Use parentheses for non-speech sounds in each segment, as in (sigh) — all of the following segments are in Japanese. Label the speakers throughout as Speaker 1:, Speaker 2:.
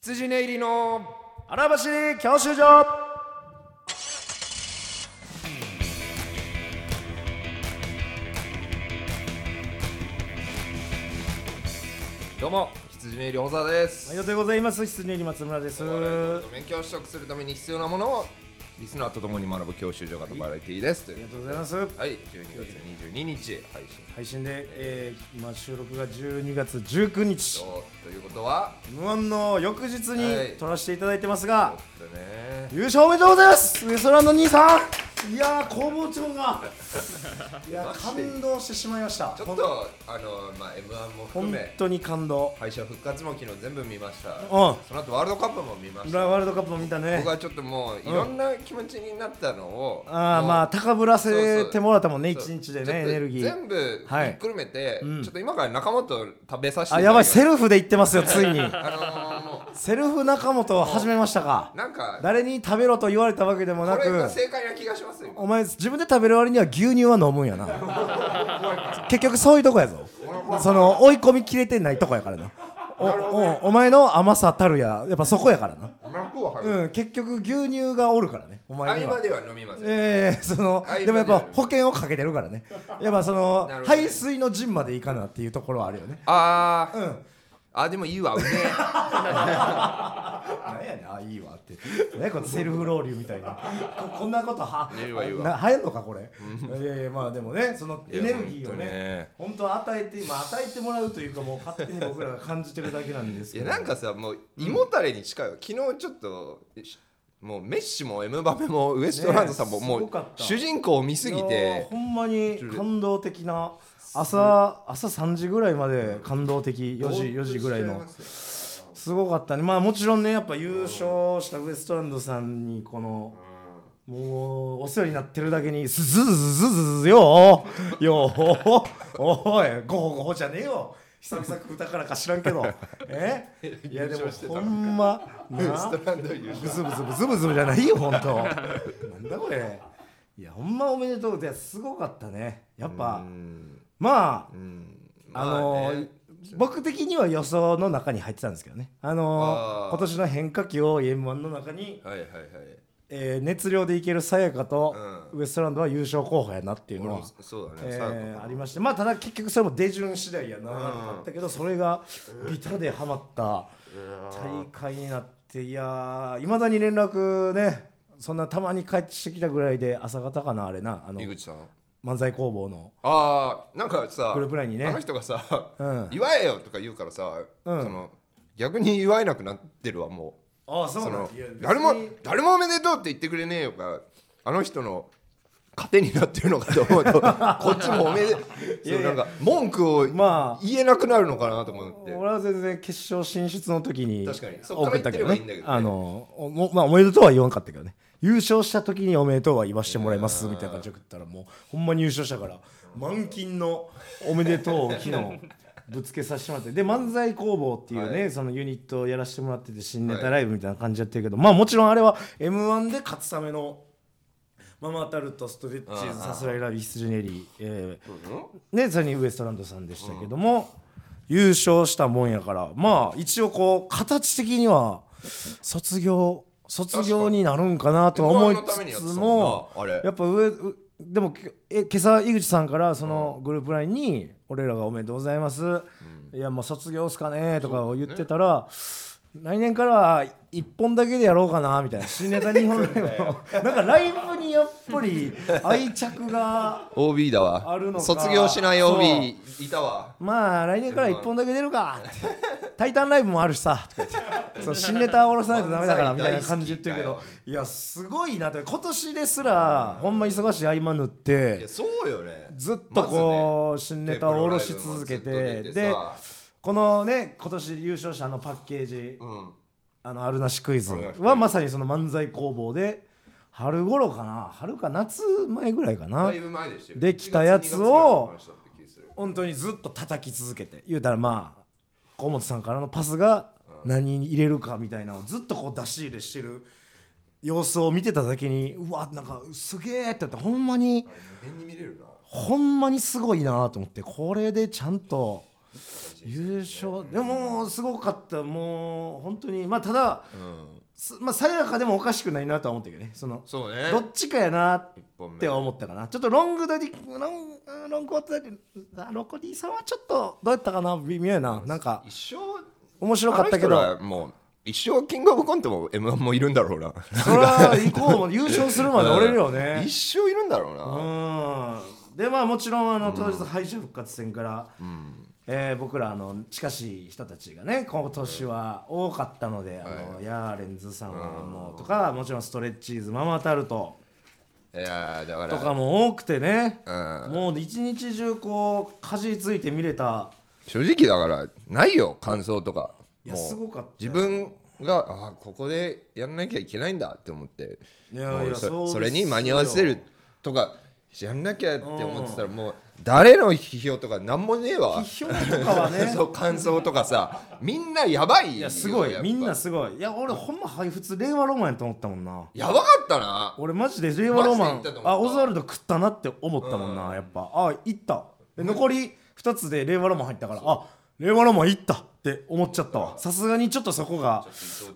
Speaker 1: 羊ネイリの
Speaker 2: 荒橋教習所
Speaker 1: どうも羊ネイリ小沢です、
Speaker 2: 毎度でございます失礼に松村です
Speaker 1: お笑いの勉強を取得するために必要なものをリスナーと共に学ぶ教習所型バラエティーです、
Speaker 2: ありがとうございます
Speaker 1: はい、12月22日配信
Speaker 2: 配信で、えー、今収録が12月19日
Speaker 1: とということは
Speaker 2: M1 の翌日
Speaker 1: はい
Speaker 2: に撮らせていただいてますが、
Speaker 1: ちょっとね
Speaker 2: 優勝おめでとうございますウエストランド兄さんいやー工房長が (laughs) いや感動してしまいました
Speaker 1: ちょっとあのまあ M1 も含
Speaker 2: 本
Speaker 1: め
Speaker 2: 当に感動
Speaker 1: 敗者復活も昨日全部見ました、
Speaker 2: うん
Speaker 1: その後ワールドカップも見ました
Speaker 2: ワールドカップも見たね
Speaker 1: 僕はちょっともういろんな気持ちになったのを、
Speaker 2: ああ
Speaker 1: もう
Speaker 2: まあ高ぶら
Speaker 1: そう
Speaker 2: せ
Speaker 1: そう
Speaker 2: てもらったもんね一
Speaker 1: そう
Speaker 2: 日で
Speaker 1: ちょっ
Speaker 2: ねエ
Speaker 1: と
Speaker 2: ネルギー
Speaker 1: 全部ひっくるめて、
Speaker 2: うん
Speaker 1: ちょっと今から中本食べさせて
Speaker 2: あやばい
Speaker 1: ただ
Speaker 2: セ
Speaker 1: き
Speaker 2: ルフで言ってますよついに
Speaker 1: ますあのー、も
Speaker 2: セルフ中本を始めましたか
Speaker 1: うなんか
Speaker 2: 誰に食べろと言われたわけでもな
Speaker 1: これが
Speaker 2: く
Speaker 1: 正解な気がしますよ
Speaker 2: お前自分で食べる割には牛乳は飲むんやな結局そういうとこやぞその追い込み切れてないとこやからなおおお前の甘さたるややっぱそこやからな
Speaker 1: 中は入る
Speaker 2: うん結局牛乳がおるからねお
Speaker 1: 合
Speaker 2: 前に
Speaker 1: 間
Speaker 2: は
Speaker 1: では飲みません、
Speaker 2: ええその
Speaker 1: 合間
Speaker 2: でもやっ
Speaker 1: で
Speaker 2: ぱ
Speaker 1: は
Speaker 2: 保険をかけてるからねやっぱその
Speaker 1: なるほどね
Speaker 2: 排水の陣までいかなっていうところはあるよね
Speaker 1: あー
Speaker 2: うん
Speaker 1: あでもいいわうめえ
Speaker 2: なんやねんあいいわって何このセルフロウリュみたいなここんなことはい
Speaker 1: いわいいわ
Speaker 2: な入んのかこれいやいやまあでもねその (laughs) エネルギーを
Speaker 1: いや
Speaker 2: ね
Speaker 1: ほんと
Speaker 2: 本当は与えてまあ与えてもらうというかもう勝手に僕らが感じてるだけなんです
Speaker 1: い
Speaker 2: け
Speaker 1: や
Speaker 2: ど
Speaker 1: なんかさもう胃もたれに近いわ昨日ちょっともうメッシもエムバペもウエストランドさんも
Speaker 2: ねえ
Speaker 1: も
Speaker 2: す
Speaker 1: う
Speaker 2: ごかった
Speaker 1: 主人公を見すぎ
Speaker 2: いやー
Speaker 1: て
Speaker 2: ほんまに感動的な朝朝3時ぐらいまで感動的4時4時ぐらいのすごかったねまあもちろんねやっぱ優勝したウエストランドさんにこのもうお世話になってるだけに「ズズズズズズよーよーおいごほごほじゃねえよ久々歌からか知らんけどえいやでもほんま
Speaker 1: ウエス
Speaker 2: な
Speaker 1: トランド優
Speaker 2: ブ
Speaker 1: 勝
Speaker 2: ズブズブズブズじゃないよ本当なんだこれいやほんまおめでとうですごかったねやっぱ
Speaker 1: うん
Speaker 2: まあ
Speaker 1: うん
Speaker 2: あ
Speaker 1: ま
Speaker 2: の
Speaker 1: ね
Speaker 2: 僕的には予想の中に入ってたんですけどねあの
Speaker 1: あー
Speaker 2: ー今年の変化球を m 1の中に、
Speaker 1: はいはいはい
Speaker 2: えー熱量でいけるさやかと、
Speaker 1: う
Speaker 2: ウエストランドは優勝候補やなっていう
Speaker 1: 俺
Speaker 2: のは
Speaker 1: も、そうだね
Speaker 2: え
Speaker 1: サー
Speaker 2: ー
Speaker 1: ド
Speaker 2: ありましてまあただ結局それも手順次第やなだったけどそれがビタでハマった大会になっていやいまだに連絡ねそんなたまに帰ってきたぐらいで朝方かなあれなあの
Speaker 1: 井口さん
Speaker 2: 漫才工房の
Speaker 1: あーなんかさ
Speaker 2: グループ内にね
Speaker 1: あの人がさ
Speaker 2: うん
Speaker 1: 「祝えよ」とか言うからさそ
Speaker 2: うん
Speaker 1: の逆に祝えなくなってるわもう
Speaker 2: ああそ
Speaker 1: その
Speaker 2: いや別に
Speaker 1: 誰も誰もおめでとうって言ってくれねえよがあの人の糧になってるのかと思う
Speaker 2: (laughs)
Speaker 1: とこっちもおめで
Speaker 2: いや
Speaker 1: そうなんか文句を
Speaker 2: まあ
Speaker 1: 言えなくなるのかなと思って
Speaker 2: 俺は全然決勝進出の時に
Speaker 1: 確かにそっから行ってればいいんだけどね
Speaker 2: あのおもまあ、おめでとうは言わんかったけどね優勝した時におめでとうは言わしてもらいますみたいな感じで送ったらもうほんまに優勝したから満金のおめでとうを
Speaker 1: (laughs)
Speaker 2: 昨日ぶつけさせてもらってで漫才工房っていうね、
Speaker 1: はい
Speaker 2: そのユニットをやらせてもらってて新ネタライブみたいな感じやってるけど、まあもちろんあれは m 1で勝つためのママタルトストレッチーズさすらいラビスジュネリー、えーね、ザニーウエストランドさんでしたけども、優勝したもんやからまあ一応こう形的には卒業卒業になるんかなとは思い
Speaker 1: 確かに
Speaker 2: つ
Speaker 1: M1 のためにやってたも
Speaker 2: つも
Speaker 1: んなあれ
Speaker 2: やっぱ上うでもけえ今朝井口さんからそのグループラインに「俺らがおめでとうございます」いやもう卒業っすかね」とかを言ってたら。来年からは1本だけでやろうかなみたいな新ネタ2本でもなんかライブにやっぱり愛着が
Speaker 1: OB だ
Speaker 2: ある
Speaker 1: わ
Speaker 2: のか
Speaker 1: 卒業しない OB いたわ
Speaker 2: まあ来年から1本だけ出るか「タイタンライブ」もあるしさとか言ってその新ネタを下ろさないとダメだからみたいな感じで言ってるけ
Speaker 1: 漫
Speaker 2: ど
Speaker 1: 才大
Speaker 2: いやすごいなって今年ですらほんま忙しい合間縫っ
Speaker 1: いや
Speaker 2: て
Speaker 1: そうよね
Speaker 2: ずっとこう新
Speaker 1: う
Speaker 2: ネタを下ろし続けてでこのね今年優勝者のパッケージ
Speaker 1: うん、
Speaker 2: あのあるなしクイズ
Speaker 1: あるなしクイズ
Speaker 2: はまさにその漫才工房で春頃かな春か夏前ぐらいかな
Speaker 1: だいぶ前でしたよ
Speaker 2: できたやつを本当にずっと叩き続けて言うたらまあ河本さんからのパスが何入れるかみたいなのをずっとこう出し入れしてる様子を見てただけにうわなんかすげえってなってほんまに
Speaker 1: 無限に見れるな
Speaker 2: ほんまにすごいなと思ってこれでちゃんと
Speaker 1: しいです
Speaker 2: 優勝でももうすごかったもう本当にまあただ
Speaker 1: うん
Speaker 2: すまあさやかでもおかしくないなとは思ったけどねその
Speaker 1: そうね
Speaker 2: どっちかやなっ
Speaker 1: 一本目
Speaker 2: て思ったかなちょっとロングダディロングロングコートダディロコディさんはちょっとどうやったかな微妙やななんか
Speaker 1: 一生
Speaker 2: 面白かったけ
Speaker 1: あの
Speaker 2: ど
Speaker 1: 人らもう一生キングオブコントも m 1もいるんだろうな
Speaker 2: それは以降も優勝するまで折れるよね
Speaker 1: 一生いるんだろう
Speaker 2: う
Speaker 1: な、
Speaker 2: んでまあもちろんあの当日敗者復活戦から、えー僕らあの近しい人たちがね今年は多かったので、あのヤーレンズさんはもうとかもちろんストレッチーズママタルト
Speaker 1: いやーだから
Speaker 2: とかも多くてね、
Speaker 1: う
Speaker 2: もう一日中こうかじりついて見れた
Speaker 1: 正直だからないよ感想とか
Speaker 2: いや
Speaker 1: もう
Speaker 2: すごかったよ
Speaker 1: 自分があここでやらなきゃいけないんだって思って
Speaker 2: いや
Speaker 1: もう
Speaker 2: いや
Speaker 1: そ
Speaker 2: そう
Speaker 1: それ
Speaker 2: です
Speaker 1: に間に合わせるとかやんなきゃって思ってたらもう誰の批評とか何もねえわ
Speaker 2: 批評とかはね
Speaker 1: (laughs) そう感想とかさみんなやばいよ
Speaker 2: いやすご
Speaker 1: や
Speaker 2: い
Speaker 1: っぱ
Speaker 2: みんなすごいいや俺ほんまはい普通令和ロマンやと思ったもんな
Speaker 1: やばかったな
Speaker 2: 俺マジで令和ロマ
Speaker 1: マジ
Speaker 2: ン
Speaker 1: で行ったと思った
Speaker 2: あオズワルド食ったなって思ったもんな、やっぱあ行ったで残り2つで令和ロマン入ったからあ令和ロマン行ったって思っちゃったわさすがにちょっとそこが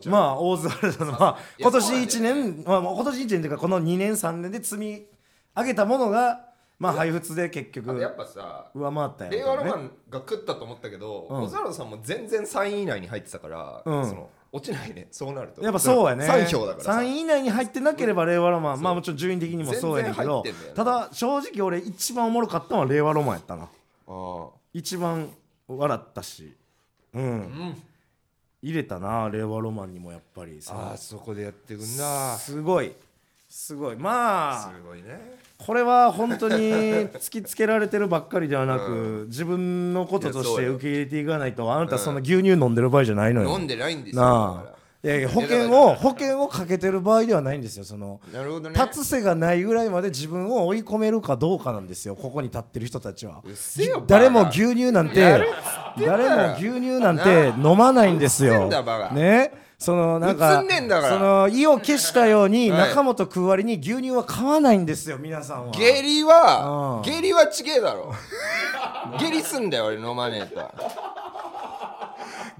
Speaker 2: まあオズワルドのまあ
Speaker 1: いや
Speaker 2: 今年
Speaker 1: そうなんだ
Speaker 2: 1
Speaker 1: よね
Speaker 2: 年、まあ、今年1年というかこの2年3年で積み上げたものがまあ配布で結局
Speaker 1: やっぱさ
Speaker 2: 上回ったん
Speaker 1: 令
Speaker 2: や
Speaker 1: 和ロマ
Speaker 2: ン
Speaker 1: ンが食ったと思ったけど
Speaker 2: うん
Speaker 1: 小沢さんも全然3位以内に入ってたから、
Speaker 2: うん
Speaker 1: その落ちないねそうなると
Speaker 2: やっぱそうやね
Speaker 1: 3票だからさ
Speaker 2: 3位以内に入ってなければ令和ロマンまあもちろん順位的にもそうやねんけど
Speaker 1: 全然入ってんだ
Speaker 2: た
Speaker 1: よね
Speaker 2: だ正直俺一番おもろかったのは令和ロマンやったな
Speaker 1: ああ
Speaker 2: 一番笑ったし、うん入れたな令和ロマンにもやっぱり
Speaker 1: あ
Speaker 2: さ
Speaker 1: ーそこでやってくんなす
Speaker 2: すごいすごいまあ
Speaker 1: ごいね
Speaker 2: これは本当に (laughs) 突きつけられてるばっかりではなく、自分のこと
Speaker 1: い
Speaker 2: と
Speaker 1: や
Speaker 2: し
Speaker 1: そう
Speaker 2: て
Speaker 1: よ
Speaker 2: 受け入れていかないとあなたそんな牛乳飲んでる場合じゃないのよ、
Speaker 1: 飲んでないんですよ
Speaker 2: なあいやいや保険を保険をかけてる場合ではないんですよその
Speaker 1: なるほどね
Speaker 2: 立つ瀬がないぐらいまで自分を追い込めるかどうかなんですよここに立ってる人たちは
Speaker 1: っせえよバカ
Speaker 2: 誰も牛乳なん
Speaker 1: や
Speaker 2: て
Speaker 1: るっつってんだよ
Speaker 2: 誰も牛乳なんて飲まないんです
Speaker 1: うっせえ
Speaker 2: よ
Speaker 1: んだバカ
Speaker 2: ねそのなん
Speaker 1: う
Speaker 2: か
Speaker 1: つんねんだから
Speaker 2: その意を決したように
Speaker 1: はい
Speaker 2: 中本食う割に牛乳は買わないんですよ皆さんは
Speaker 1: 下痢は
Speaker 2: うん
Speaker 1: 下痢はちげえだ
Speaker 2: (laughs)
Speaker 1: ろ下痢すんだよ俺飲まねえと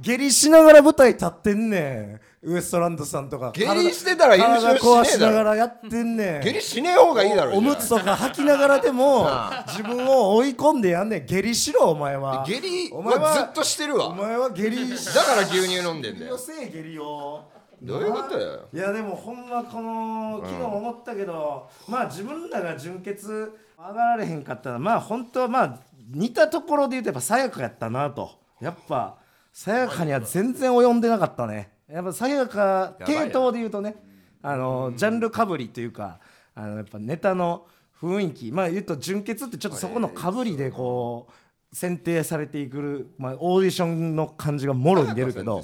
Speaker 2: 下痢しながら舞台立ってんねんウエストランドさんとか
Speaker 1: 下痢してたら優勝しねえだろ
Speaker 2: 体壊しながらやってんねん
Speaker 1: 下痢しねえ方がいいだろ
Speaker 2: おむつとか履きながらでも自分を追い込んでやんねん下痢しろお前は
Speaker 1: 下痢
Speaker 2: お前
Speaker 1: はずっ
Speaker 2: は
Speaker 1: としてる
Speaker 2: お
Speaker 1: わ
Speaker 2: 前は下痢し
Speaker 1: だから牛乳飲んでんだ
Speaker 2: よ
Speaker 1: よ
Speaker 2: せえ下痢を
Speaker 1: どういうことよ
Speaker 2: いやでもほんまこの昨日思ったけど、まあ自分らが純潔上がられへんかったらまあ本当はまあ似たところで言うとやっぱさやかやったなとやっぱさやかには全然及んでなかったねやっぱさやか
Speaker 1: やばいな
Speaker 2: 系統で言うとねあのジャンルかぶりというかあのやっぱネタの雰囲気まあ言うと純潔ってちょっとそこのかぶりでこう選定されていくる、まあ、オーディションの感じがもろに出るけど。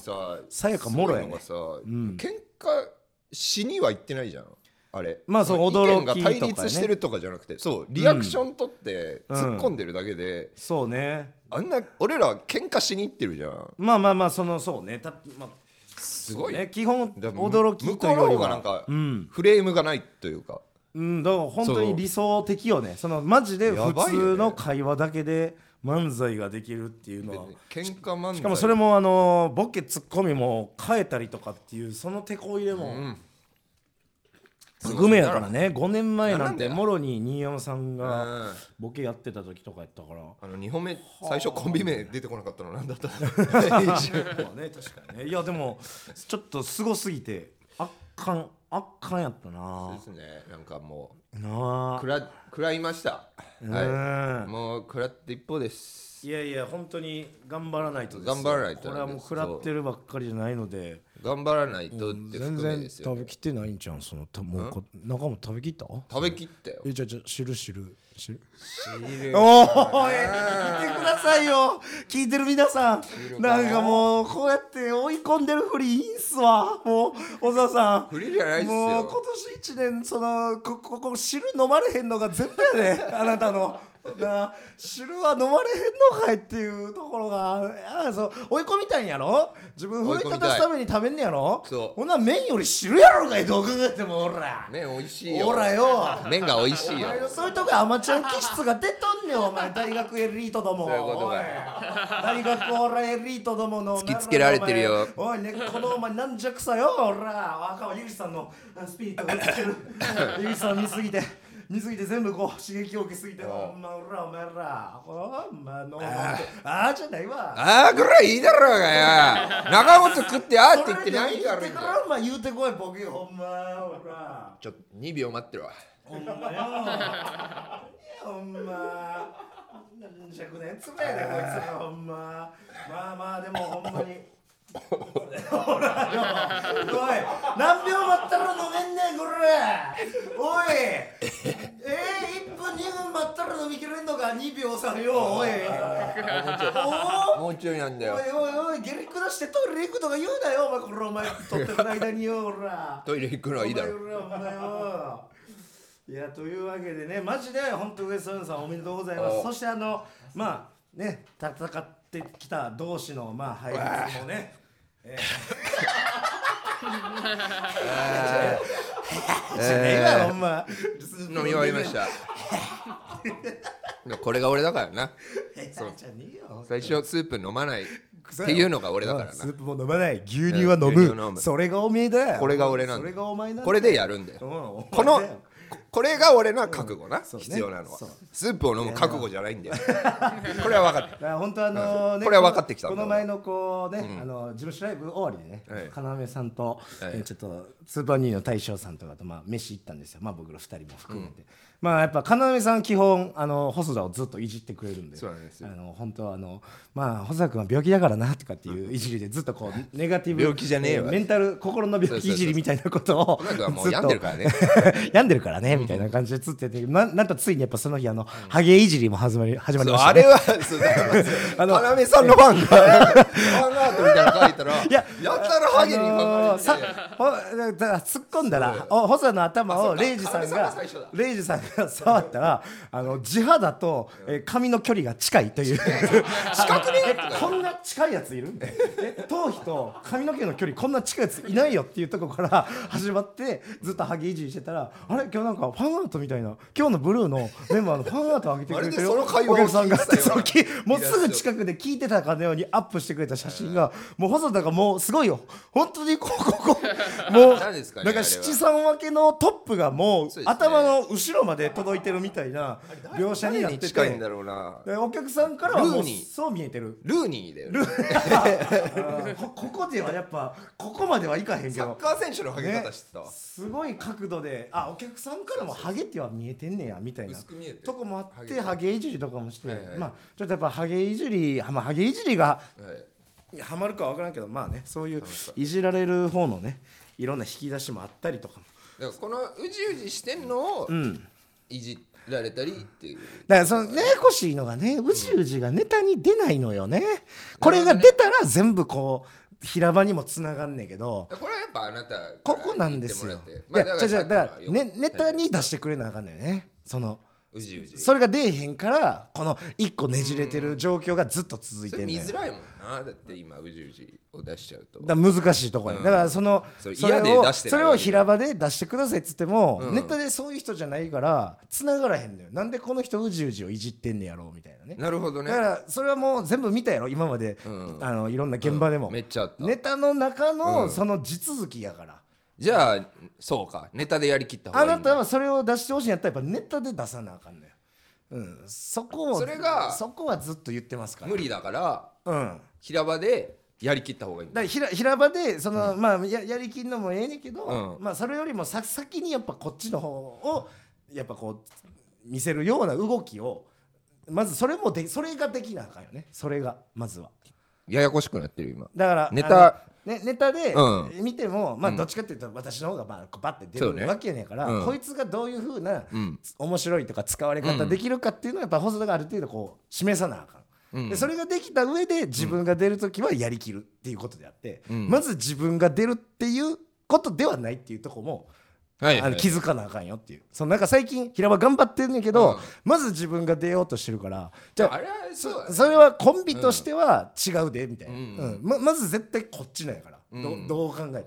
Speaker 2: さやかもろやね
Speaker 1: すごいのがさ喧嘩しには行ってないじゃんあれ
Speaker 2: まあそう
Speaker 1: の意見が
Speaker 2: 驚きとかね
Speaker 1: 対立してるとかじゃなくてそうリアクション取って突っ込んでるだけで
Speaker 2: そうね
Speaker 1: あんな俺ら喧嘩しに行ってるじゃん
Speaker 2: まあまあまあそのそうねたまあ
Speaker 1: すごい
Speaker 2: ね基本
Speaker 1: だからむ
Speaker 2: 驚き
Speaker 1: 向
Speaker 2: と
Speaker 1: こ
Speaker 2: いううよ
Speaker 1: の
Speaker 2: り
Speaker 1: 方が
Speaker 2: は
Speaker 1: なんか
Speaker 2: うん、
Speaker 1: フレームがないというか
Speaker 2: うん、だから本当
Speaker 1: そ
Speaker 2: に
Speaker 1: う
Speaker 2: 理想的よねそのマジで
Speaker 1: や
Speaker 2: 普
Speaker 1: ばいよね
Speaker 2: 通の会話だけで漫才ができるっていうのは
Speaker 1: 喧嘩漫才
Speaker 2: しかもそれもあのボケツッコミも変えたりとかっていうその手こ入れも
Speaker 1: ん
Speaker 2: グメやからね5年前なん
Speaker 1: なんなんだ
Speaker 2: て
Speaker 1: よ
Speaker 2: もろに新山さん
Speaker 1: うん
Speaker 2: が
Speaker 1: あ
Speaker 2: ボケやってた時とかやったから
Speaker 1: の2本目最初コンビ名出てこなかったのなんだったの
Speaker 2: (laughs) まあね確かにねいやでもちょっとすごすぎて圧巻圧巻やった
Speaker 1: そう
Speaker 2: な
Speaker 1: ですねなんかもう
Speaker 2: なあ
Speaker 1: くら食らいました
Speaker 2: うん
Speaker 1: はいもう食らって一方です
Speaker 2: いやいや本当に頑張らないとですよ
Speaker 1: 頑張らないと
Speaker 2: これはもう食らってるばっかりじゃないので
Speaker 1: 頑張らないとって
Speaker 2: 全
Speaker 1: 含め
Speaker 2: 然
Speaker 1: ですよ
Speaker 2: 食べきってないんじゃんそのたもうこ中も食べきった
Speaker 1: 食べきったよ
Speaker 2: えじゃあじゃあ汁汁汁
Speaker 1: 汁
Speaker 2: おーい聞いてくださいよ聞いてる皆さんなんかもうこうやって追い込んでるふりいいんすわもう小沢さん
Speaker 1: フリじゃないっす
Speaker 2: もう今
Speaker 1: よ
Speaker 2: 年一年そのこここ汁飲まれへんのが全部
Speaker 1: (laughs)
Speaker 2: やであなたのなあ汁は飲まれへんのかいっていうところがああそう追い込みたいんやろ自分奮い立たすために食べんねやろ
Speaker 1: そう
Speaker 2: ほんなら麺より汁やろがいどう考えてもおら
Speaker 1: 麺美味しいよ
Speaker 2: おらよ
Speaker 1: 麺が美味しいよ
Speaker 2: お前のそういうとこアマチュア気質が出とんんねんお前大学エリートども
Speaker 1: そういうことか
Speaker 2: おい大学おらエリートどもの
Speaker 1: 突きつけられてるよ
Speaker 2: お前おいねこのお前軟弱さよおら赤はゆうじさんのスピリットがつけ
Speaker 1: (laughs)
Speaker 2: るゆうじさん見すぎて見すぎて全部こう刺激を受けすぎてお前おらお前らお前のああじゃないわ
Speaker 1: ああぐらいいいだろうがよ長本食ってああって言ってないだ
Speaker 2: や
Speaker 1: ろ
Speaker 2: 言ってからお前言うてこいボケほんまおら
Speaker 1: ちょっと2秒待ってるわ
Speaker 2: ほんまよ。ほんま。何弱なやつめやで、こいつら、ほんま。まあまあ、でも、ほんまに。ほらよ、おい、何秒待ったら飲めんねん、これ。おい。えー、1分、2分待ったら飲みきれんのか、2秒差よ、おい。おお。
Speaker 1: もうちょいなんだよ
Speaker 2: おいおいおい、ゲリ下してトイレ行くとか言うなよ、お前、これお前、取ってる間によ、ほら。
Speaker 1: トイレ行くのはいいだろ
Speaker 2: お前お前お前お (laughs) いいやというわけでねマジで本当ウエストランドさんおめでとうございま
Speaker 1: おう
Speaker 2: すそしてあのまあね戦ってきた同士のまあ配列もね
Speaker 1: (laughs)
Speaker 2: えーじゃねえわほんま
Speaker 1: 飲み終わりました (laughs) でもこれが俺だからな
Speaker 2: そうじゃねえよ
Speaker 1: 最初スープ飲まないっていうのが俺だから
Speaker 2: ス
Speaker 1: な
Speaker 2: ープも飲まない牛乳は飲
Speaker 1: うん牛乳飲
Speaker 2: む
Speaker 1: む
Speaker 2: それがおめえだ
Speaker 1: これが俺なんだ
Speaker 2: それがお前なんだ
Speaker 1: これでやるんだ
Speaker 2: う
Speaker 1: よ
Speaker 2: んお前
Speaker 1: この
Speaker 2: だよ
Speaker 1: ここれが俺の覚悟な、
Speaker 2: そうね
Speaker 1: 必要なのは
Speaker 2: そう
Speaker 1: スープを飲む覚悟じゃないんだよこれは分かっ
Speaker 2: だから本当あの
Speaker 1: うん
Speaker 2: ね
Speaker 1: これは分かってきたん
Speaker 2: こ
Speaker 1: だ
Speaker 2: の前のこうね、あの事務所ライブ終わりでね、
Speaker 1: はい
Speaker 2: 要さん
Speaker 1: は
Speaker 2: と、
Speaker 1: い
Speaker 2: えーちょっとスーパーニューの大将さんとかとまあ飯行ったんですよまあ僕ら二人も含めて、まあやっぱ要さん基本あの細田をずっといじってくれるんで
Speaker 1: そうなんですよ
Speaker 2: あの本当はあのまあ細田君は病気だからなとかっていういじりでずっとこうネガティブ
Speaker 1: 病気じゃねえわ
Speaker 2: メンタル心の病気いじりみたいなことを
Speaker 1: そうそうそう細田君はもう
Speaker 2: (laughs) ずっと
Speaker 1: 病んでるからね
Speaker 2: 病んでるからねみたいな感じでつっててななんとついにやっぱその日あの、ハゲいじりも始まり始
Speaker 1: た
Speaker 2: まり
Speaker 1: そう
Speaker 2: ました、
Speaker 1: あ
Speaker 2: ね、
Speaker 1: れはそうだから
Speaker 2: (laughs) あの
Speaker 1: 要さんのファンがファンアートみたいなの書いたら
Speaker 2: いや
Speaker 1: やたらハゲにファンが
Speaker 2: あのーさほだから突っ込んだらお細田の頭をレイジさん
Speaker 1: カメラさんが
Speaker 2: が
Speaker 1: 最初だ
Speaker 2: レイジさんが触ったらあの地肌と、えー髪の距離が近いという
Speaker 1: (laughs) 近くね
Speaker 2: えこんな近いやついるえ頭皮と髪の毛の距離こんな近いやついないよっていうとこから始まってずっとハゲいじりしてたらあれ今日なんかファンアートみたいな今日のブルーのメンバーのファンアート上げてくれてるよ
Speaker 1: まるでその会話を
Speaker 2: お客さんが
Speaker 1: 聞いてたような
Speaker 2: そのき (laughs) もうすぐ近くで聞いてたかのようにアップしてくれた写真がもう細田がもうすごいよ (laughs) 本当にこう (laughs) こうこうもう
Speaker 1: 何ですかね
Speaker 2: なん
Speaker 1: あれ
Speaker 2: か
Speaker 1: は
Speaker 2: 七三分けのトップがもう
Speaker 1: そうですね
Speaker 2: 頭の後ろまで届いてるみたいな描写になっ
Speaker 1: 誰
Speaker 2: て
Speaker 1: に
Speaker 2: て
Speaker 1: 近いんだろうな
Speaker 2: でお客さんからはも
Speaker 1: ル
Speaker 2: う
Speaker 1: ーニー
Speaker 2: そう見えてる
Speaker 1: ルーニーだよね
Speaker 2: こここではやっぱここまではいかへんけ
Speaker 1: サッ
Speaker 2: ど
Speaker 1: カー選手のハゲ方知ってたわ、
Speaker 2: すごい角度であお客さんからもハゲては見えてんねやみたいな
Speaker 1: 薄く見えてる
Speaker 2: とこもあっ
Speaker 1: ハ
Speaker 2: て
Speaker 1: ゲ
Speaker 2: ハゲいじりとかもして、
Speaker 1: はいはい
Speaker 2: まあちょっとやっぱハゲいじりまあハゲいじりが
Speaker 1: はい
Speaker 2: ハマるかは分からんけどまあねそういういじられる方のねいろんな引き出しもあったりとかも
Speaker 1: だからこのうじうじしてんのをいじられたりっていう、
Speaker 2: だからそのねややこしいのがねうじうじがネタに出ないのよね、これが出たら全部こう平場にもつながんねんけど、
Speaker 1: これはやっぱあなたから
Speaker 2: ここなんですよ
Speaker 1: 言っても。
Speaker 2: い
Speaker 1: ら
Speaker 2: や、
Speaker 1: ってまあ
Speaker 2: じゃじゃ、だから、ね、ネタ
Speaker 1: はい
Speaker 2: に出してくれなあかんのよね。その、
Speaker 1: うじうじそ
Speaker 2: それが出えへんから、この一個ねじれてる状況がずっと続いて
Speaker 1: れ
Speaker 2: る。
Speaker 1: 見づ
Speaker 2: だから
Speaker 1: いもんなだって今うじうじを出しちゃうと
Speaker 2: ら難しいところ、
Speaker 1: うん
Speaker 2: だからその
Speaker 1: それ
Speaker 2: それ
Speaker 1: 嫌で
Speaker 2: を
Speaker 1: 出してない
Speaker 2: それを平場で出してくださいっつっても、
Speaker 1: うん
Speaker 2: ネタでそういう人じゃないから繋がらへんのよなんでこの人うじうじをいじってんねやろうみたいなね
Speaker 1: なるほどね
Speaker 2: だからそれはもう全部見たやろ今まで、
Speaker 1: うん
Speaker 2: あのいろんな現場でも、
Speaker 1: めっちゃあった、
Speaker 2: ネタの中
Speaker 1: う
Speaker 2: の
Speaker 1: ん
Speaker 2: その地続きやから、
Speaker 1: じゃあそうかネタでやりきった方が
Speaker 2: あ
Speaker 1: いいんだ
Speaker 2: なたはそれを出してほしいんやったらやっぱネタで出さなあかんのよ。うん、そこを
Speaker 1: それが
Speaker 2: そこはずっと言ってますから。
Speaker 1: 無理だから
Speaker 2: うん。
Speaker 1: 平場でやりきった方がいいん
Speaker 2: だ
Speaker 1: だ
Speaker 2: からひら平場でその、まあややりきんのもええねんけど、
Speaker 1: うん
Speaker 2: まあそれよりもさ先にやっぱこっちの方をやっぱこう見せるような動きをまずそれもでそれができなあかんよね。それがまずは。
Speaker 1: ややこしくなってる今
Speaker 2: だから
Speaker 1: ネタ
Speaker 2: あのね、ネタで
Speaker 1: う
Speaker 2: 見ても、まあどっちかっていうと私の方がまあこうバッて出
Speaker 1: そうね
Speaker 2: るわけやねんから、
Speaker 1: うん
Speaker 2: こいつがどういうふうな
Speaker 1: うん
Speaker 2: 面白いとか使われ方できるかっていうのはやっぱ細田がある程度こう示さなあかん。
Speaker 1: うん
Speaker 2: でそれができた上で自分が出る時はやりきるっていうことであって、
Speaker 1: うん
Speaker 2: まず自分が出るっていうことではないっていうとこも、
Speaker 1: はい、
Speaker 2: あの気づかなあかんよっていうそのなんか最近平場頑張ってんねんけど、
Speaker 1: うん
Speaker 2: まず自分が出ようとしてるからじゃあ
Speaker 1: あれはそうだね
Speaker 2: それはコンビとしては違うでみたいな、う
Speaker 1: うんん
Speaker 2: ままず絶対こっちなんやから、ど
Speaker 1: うん
Speaker 2: どう考えたって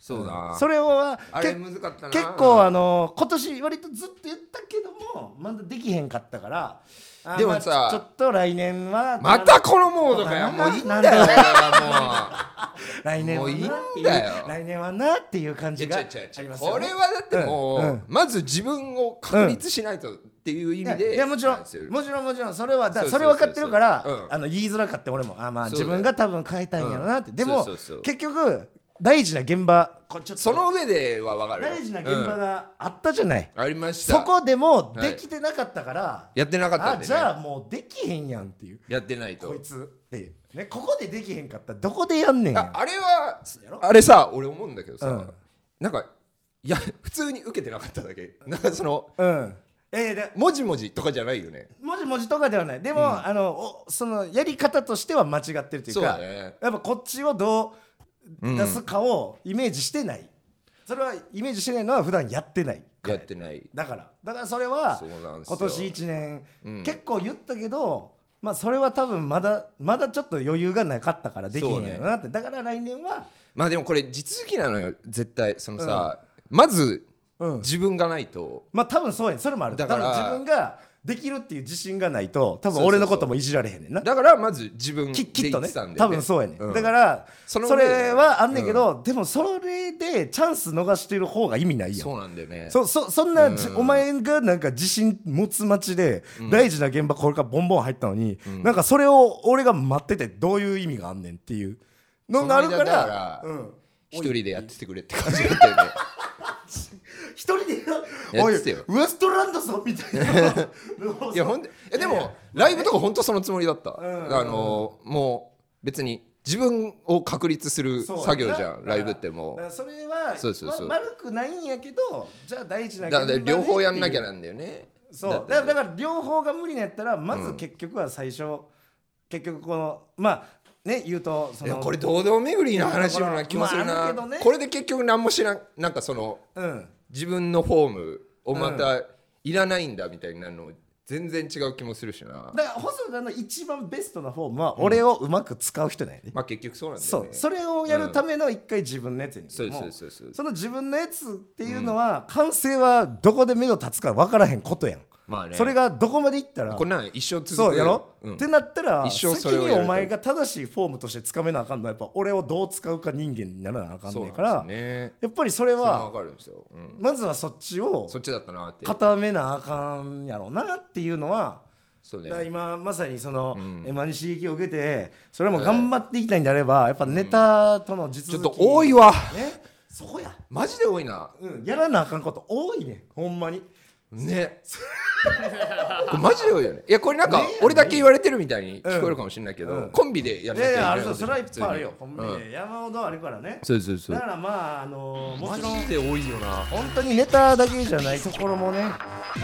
Speaker 1: そうだ、
Speaker 2: それは
Speaker 1: あ
Speaker 2: け
Speaker 1: れ難かったな
Speaker 2: 結構あの今年割とずっと言ったけども、もまだできへんかったからあー
Speaker 1: でもさ
Speaker 2: まあちょちょっと来年は
Speaker 1: またこのモードかよ
Speaker 2: なん
Speaker 1: も
Speaker 2: だ
Speaker 1: ういいんだ
Speaker 2: なん
Speaker 1: よ
Speaker 2: だ
Speaker 1: 俺
Speaker 2: (laughs)
Speaker 1: は
Speaker 2: 来年はな
Speaker 1: もう
Speaker 2: って
Speaker 1: いい
Speaker 2: い
Speaker 1: んだよ
Speaker 2: う来年はなっていう
Speaker 1: も
Speaker 2: 感
Speaker 1: うい
Speaker 2: じ
Speaker 1: や
Speaker 2: があ
Speaker 1: 違
Speaker 2: り
Speaker 1: う
Speaker 2: ます
Speaker 1: 違う違う
Speaker 2: よ
Speaker 1: これはだってもう、
Speaker 2: うんうん
Speaker 1: まず自分を確立しないとっていう意
Speaker 2: い
Speaker 1: 味
Speaker 2: や
Speaker 1: で、
Speaker 2: いやもちろん
Speaker 1: なんですよ
Speaker 2: もちろんもちろんそれはだ
Speaker 1: そうそ
Speaker 2: そうれ分かってるから、
Speaker 1: そうそううん
Speaker 2: あの言いづらかった俺もあまあ
Speaker 1: そうだ
Speaker 2: 自
Speaker 1: よ
Speaker 2: 分が多分変えたいんやろなって、
Speaker 1: うん
Speaker 2: でも
Speaker 1: そうそうそう
Speaker 2: 結局大事な現場こちょっと
Speaker 1: その上では分かるよ
Speaker 2: 大事な現場
Speaker 1: うん
Speaker 2: があったじゃない、
Speaker 1: ありました
Speaker 2: そこでも
Speaker 1: はい
Speaker 2: できてなかったから、
Speaker 1: やってなかったん
Speaker 2: あ
Speaker 1: で、ね、
Speaker 2: じゃあもうできへんやんっていう
Speaker 1: やってないと
Speaker 2: こいつって、ね、ここでできへんかったらどこでやんねんや
Speaker 1: あ
Speaker 2: ん
Speaker 1: あれは
Speaker 2: やろ
Speaker 1: あれさ俺思うんだけどさ、
Speaker 2: うん
Speaker 1: なんかいや普通に受けてなかっただけなんかその
Speaker 2: うんええで
Speaker 1: もじもじとかじゃないよね
Speaker 2: 文字文字とかではないでも、あのおそのやり方としては間違ってるという
Speaker 1: そうだ
Speaker 2: か
Speaker 1: ね
Speaker 2: やっぱこっちをど
Speaker 1: う
Speaker 2: うん出すかをイメージしてない、それはイメージしてないのは普段やってない
Speaker 1: やってない
Speaker 2: だからだからそれは
Speaker 1: そうなんですよ
Speaker 2: 今年1年、
Speaker 1: うん
Speaker 2: 結構言ったけどまあそれは多分まだまだちょっと余裕がなかったからできへんやろなって、だから来年は
Speaker 1: まあでもこれ地続きなのよ絶対そのさ、まず
Speaker 2: うん
Speaker 1: 自分がないと、
Speaker 2: まあ多分そうやねそれもある
Speaker 1: だから
Speaker 2: 多分自分ができるっていう自信がないと多分俺のこともいじられへんねんな
Speaker 1: だからまず自分で
Speaker 2: ききっ
Speaker 1: 言
Speaker 2: と
Speaker 1: って
Speaker 2: ね
Speaker 1: たんで、
Speaker 2: 多分そうやね、
Speaker 1: うん
Speaker 2: ん、だから
Speaker 1: そ
Speaker 2: そ
Speaker 1: の
Speaker 2: れはあんねんけど、でもそれでチャンス逃してる方が意味ないやん
Speaker 1: そうなんだよね
Speaker 2: そそそんなじ、お前がなんか自信持つ待ちで、大事な現場これからボンボン入ったのに、なんかそれを俺が待っててどういう意味があんねんっていうのがあるか
Speaker 1: その間だ
Speaker 2: ら
Speaker 1: から
Speaker 2: うん
Speaker 1: 一人でやっててくれって感じだったよね
Speaker 2: 一人で
Speaker 1: てよ
Speaker 2: おいウエストランドさんみたいな
Speaker 1: いやほんでいやでもライブとか本当そのつもりだった、あのーもう別に自分を確立する
Speaker 2: そう
Speaker 1: 作業じ
Speaker 2: だ
Speaker 1: ゃ
Speaker 2: か
Speaker 1: ん
Speaker 2: ら
Speaker 1: ライブっても
Speaker 2: だからそれは
Speaker 1: そうそうそう
Speaker 2: ま悪くないんやけどじゃあ大事な
Speaker 1: う
Speaker 2: 現場
Speaker 1: だか
Speaker 2: で
Speaker 1: ら
Speaker 2: っていう
Speaker 1: 両方やんなきゃなんだよね
Speaker 2: そう
Speaker 1: だ
Speaker 2: だ
Speaker 1: って
Speaker 2: だから両方が無理なんやったらまず結局は最初、結局このまあね言うとそ
Speaker 1: いや
Speaker 2: の
Speaker 1: これ堂々巡りな話のような気もする
Speaker 2: まあ
Speaker 1: な、
Speaker 2: あるけどね
Speaker 1: これで結局何もしななんかその
Speaker 2: うん
Speaker 1: 自分のフォームをまたいらないんだみたいになるの全然違う気もするしな、
Speaker 2: だから細田の一番ベストなフォームは俺をうまく使う人なんやね、
Speaker 1: まあ結局そうなんだ
Speaker 2: そ
Speaker 1: よ
Speaker 2: う
Speaker 1: ね
Speaker 2: それをやるための一回自分のやつに、
Speaker 1: そうそう
Speaker 2: う
Speaker 1: そうそう
Speaker 2: その自分のやつっていうのは、完成はどこで目の立つか分からへんことやん、
Speaker 1: まあね
Speaker 2: それがどこまでいったら
Speaker 1: これなん一生続く
Speaker 2: そうやろ、
Speaker 1: うん
Speaker 2: ってなったら
Speaker 1: 一
Speaker 2: 先
Speaker 1: 生それをやる
Speaker 2: にお前が正しいフォームとしてつかめなあかんのはやっぱ俺をどう使うか人間にならなあかん
Speaker 1: そう
Speaker 2: ね
Speaker 1: なんです
Speaker 2: んから
Speaker 1: よね
Speaker 2: やっぱりそれ
Speaker 1: それは
Speaker 2: は
Speaker 1: 分かるんですよ、うん、
Speaker 2: まずはそっちを
Speaker 1: そっちだったなって
Speaker 2: 固めなあかんやろうなっていうのは
Speaker 1: そうだ
Speaker 2: だから
Speaker 1: よね
Speaker 2: 今まさにその
Speaker 1: ん
Speaker 2: えマに刺激を受けてそれも頑張っていきたいんであればやっぱネタとの実
Speaker 1: ちょっと多いわ
Speaker 2: ねそこや、
Speaker 1: マジで多いな
Speaker 2: うん、やらなあかんこと多いねんほんまに (laughs)
Speaker 1: ねこれマジで多いよねいやこれなんか俺だけ言われてるみたいに聞こえるかもしれないけど、
Speaker 2: うんうん
Speaker 1: コンビでや
Speaker 2: い
Speaker 1: る
Speaker 2: やいやあ
Speaker 1: る
Speaker 2: るぞそれはいっぱいあるよほ
Speaker 1: うんん
Speaker 2: まにね山ほどあるからね
Speaker 1: そうそうそ
Speaker 2: だ
Speaker 1: う
Speaker 2: からまああのーも
Speaker 1: マ
Speaker 2: ちろん
Speaker 1: ジで多いよな
Speaker 2: 本当にネタだけじゃないところもね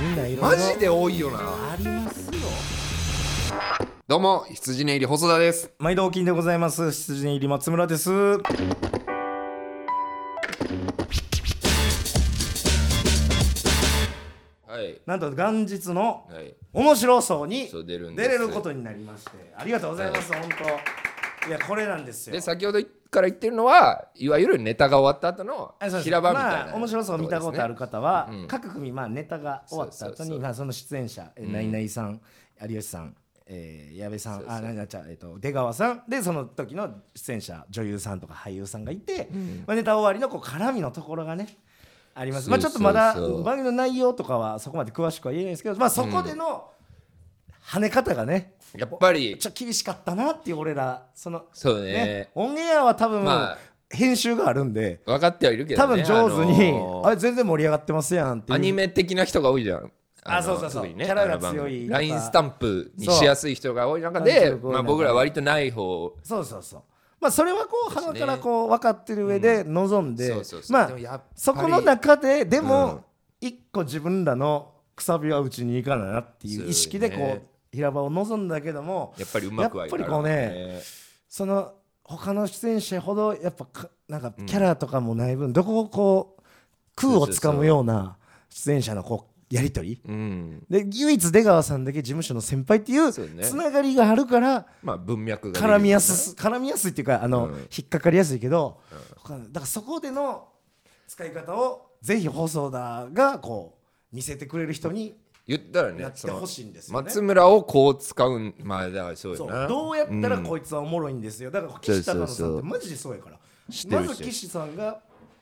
Speaker 2: みんないろいろ
Speaker 1: マジで多いよな
Speaker 2: ありますよ
Speaker 1: どうも羊ね入り細田です
Speaker 2: 毎度お金でございます羊入り松村です
Speaker 1: はい
Speaker 2: なんと元日の
Speaker 1: はい
Speaker 2: 面白そうに
Speaker 1: そう出るんで
Speaker 2: 出
Speaker 1: す
Speaker 2: れることになりましてありがとうございます、本当いやこれなんですよ
Speaker 1: で先ほどから言ってるのはいわゆるネタが終わった後の
Speaker 2: あそうです
Speaker 1: 平場みたいな、
Speaker 2: まあ、面白そう見たことある方は、
Speaker 1: うん
Speaker 2: 各組、まあ、ネタが終わった
Speaker 1: そう
Speaker 2: 後
Speaker 1: そうそう
Speaker 2: にまあその出演者、えナイナイさん有吉さん、えー矢部さん
Speaker 1: そうそう
Speaker 2: あなんだちゃうえっと出川さんでその時の出演者女優さんとか俳優さんがいて、まあ、ネタ終わりのこう絡みのところがねありますまあち
Speaker 1: そ
Speaker 2: ょ
Speaker 1: う
Speaker 2: っ
Speaker 1: そ
Speaker 2: と
Speaker 1: うそう
Speaker 2: まだ番組の内容とかはそこまで詳しくは言えないですけど、まあ、そこでの跳ね方がね、
Speaker 1: やっぱり
Speaker 2: ちょっと厳しかったなっていう俺らその、
Speaker 1: そうね
Speaker 2: ねオンエアは多分、
Speaker 1: まあ
Speaker 2: 編集があるんで
Speaker 1: 分かってはいるけ
Speaker 2: 多
Speaker 1: ど、
Speaker 2: 分
Speaker 1: ね、
Speaker 2: 上手に、
Speaker 1: あのー
Speaker 2: あれ全然盛り上がってますやんってい
Speaker 1: ア
Speaker 2: う
Speaker 1: ニメ的な人が多いじゃん
Speaker 2: あ
Speaker 1: の
Speaker 2: そうそうそう
Speaker 1: 特にね
Speaker 2: キャラが強い
Speaker 1: あのラインスタンプにしやすい人が多い中
Speaker 2: そう
Speaker 1: で
Speaker 2: 感、情が多い
Speaker 1: まあ、
Speaker 2: 中
Speaker 1: 僕らは割とない方
Speaker 2: そうそうそうまあそれはこう
Speaker 1: ですね
Speaker 2: 鼻からこう分かってる上で望んで、
Speaker 1: そうそうそう
Speaker 2: ま
Speaker 1: でもやっ
Speaker 2: あ
Speaker 1: ぱり
Speaker 2: そこの中ででも一個自分らのくさびはうちにいかないなっていう意識で
Speaker 1: そうよ
Speaker 2: こ
Speaker 1: ね
Speaker 2: う平場を望んだけども
Speaker 1: やっぱりうまくはいかない
Speaker 2: やっぱりこうねその他の出演者ほどやっぱかなんかキャラとかもない分、どこをこう空をつかむような出演者のこうやり取り
Speaker 1: うん
Speaker 2: で唯一出川さんだけ事務所の先輩っていう
Speaker 1: そうね
Speaker 2: つながりがあるから
Speaker 1: まあ文脈が
Speaker 2: 絡みやす絡みやすいっていうかあの、
Speaker 1: うん
Speaker 2: 引っかかりやすいけど、他のだからそこでの使い方をぜひ細田がこう見せてくれる人に
Speaker 1: 言ったらね
Speaker 2: やってほしいんです
Speaker 1: そ
Speaker 2: よ
Speaker 1: の
Speaker 2: ね
Speaker 1: 松村をこう使うんまあだからそう
Speaker 2: そ
Speaker 1: よ
Speaker 2: う
Speaker 1: な
Speaker 2: どうやったら
Speaker 1: ん
Speaker 2: こいつはおもろいんですよだから岸高野さんってマジでそうやから
Speaker 1: 知って
Speaker 2: ま
Speaker 1: る
Speaker 2: ず岸さんが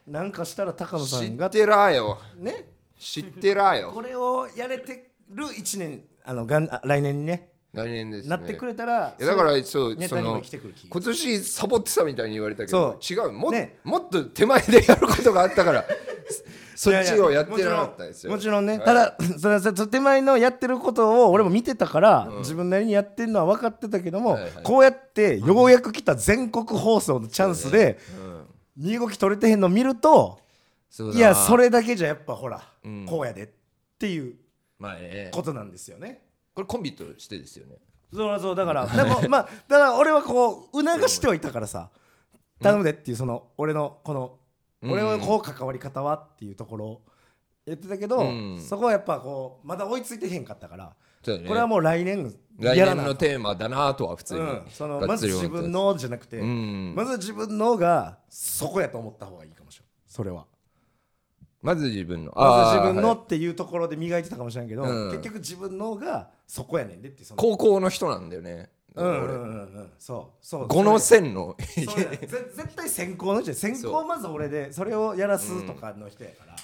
Speaker 2: なんかしたら高野さ
Speaker 1: 知
Speaker 2: ん
Speaker 1: っ
Speaker 2: が
Speaker 1: てらーよ
Speaker 2: ね
Speaker 1: 知ってらー
Speaker 2: こ
Speaker 1: よ
Speaker 2: れをやれてる1年あのがんあ来年にね
Speaker 1: 来年ですね
Speaker 2: なってくれたら
Speaker 1: いやだからそう
Speaker 2: ネ
Speaker 1: そ
Speaker 2: タにも
Speaker 1: の
Speaker 2: 生きてくる気
Speaker 1: 今年サボってたみたいに言われたけど違うも,、
Speaker 2: ね
Speaker 1: もっと手前でやることがあったから
Speaker 2: (laughs)
Speaker 1: そっちをやってなかったんですよ
Speaker 2: もちろんもちろ
Speaker 1: は
Speaker 2: んね、
Speaker 1: い
Speaker 2: ただそれその手前のやってることを俺も見てたから、自分なりにやってるのは分かってたけども、
Speaker 1: はいはい
Speaker 2: こうやってようやく来た全国放送のチャンスで身動き取れてへんの見ると
Speaker 1: そうだ
Speaker 2: いやそれだけじゃやっぱほら、こうやでっていう
Speaker 1: まあね
Speaker 2: ことなんですよね。
Speaker 1: これコンビとしてですよね
Speaker 2: そうそうだからでもまあだから俺はこう促してはいたからさ頼むでっていうその俺のこの
Speaker 1: うん
Speaker 2: 俺はこう関わり方はっていうところを言ってたけど、
Speaker 1: うん
Speaker 2: そこはやっぱこうまだ追いついてへんかったから、
Speaker 1: そうだね
Speaker 2: これはもう来年
Speaker 1: 来
Speaker 2: やら
Speaker 1: 年
Speaker 2: な
Speaker 1: のテーマだなとは普通に、
Speaker 2: うん、その
Speaker 1: が
Speaker 2: ま
Speaker 1: っつ
Speaker 2: ず
Speaker 1: り思
Speaker 2: 自
Speaker 1: ってた
Speaker 2: 分のじゃなくて、
Speaker 1: うん
Speaker 2: まず自分のがそこやと思った方がいいかもしれないそれは。
Speaker 1: まず自分の
Speaker 2: まず自分
Speaker 1: あ
Speaker 2: の
Speaker 1: ーはい
Speaker 2: っていうところで磨いてたかもしれんけど、
Speaker 1: うん
Speaker 2: 結局自分のがそこやねんでってその
Speaker 1: 高校の人なんだよね
Speaker 2: うんうんう
Speaker 1: 俺
Speaker 2: んうんそうそう
Speaker 1: 五の線の
Speaker 2: そう (laughs) やぜ絶対先行の人や先行まず俺でそれをやらすとかの人やから、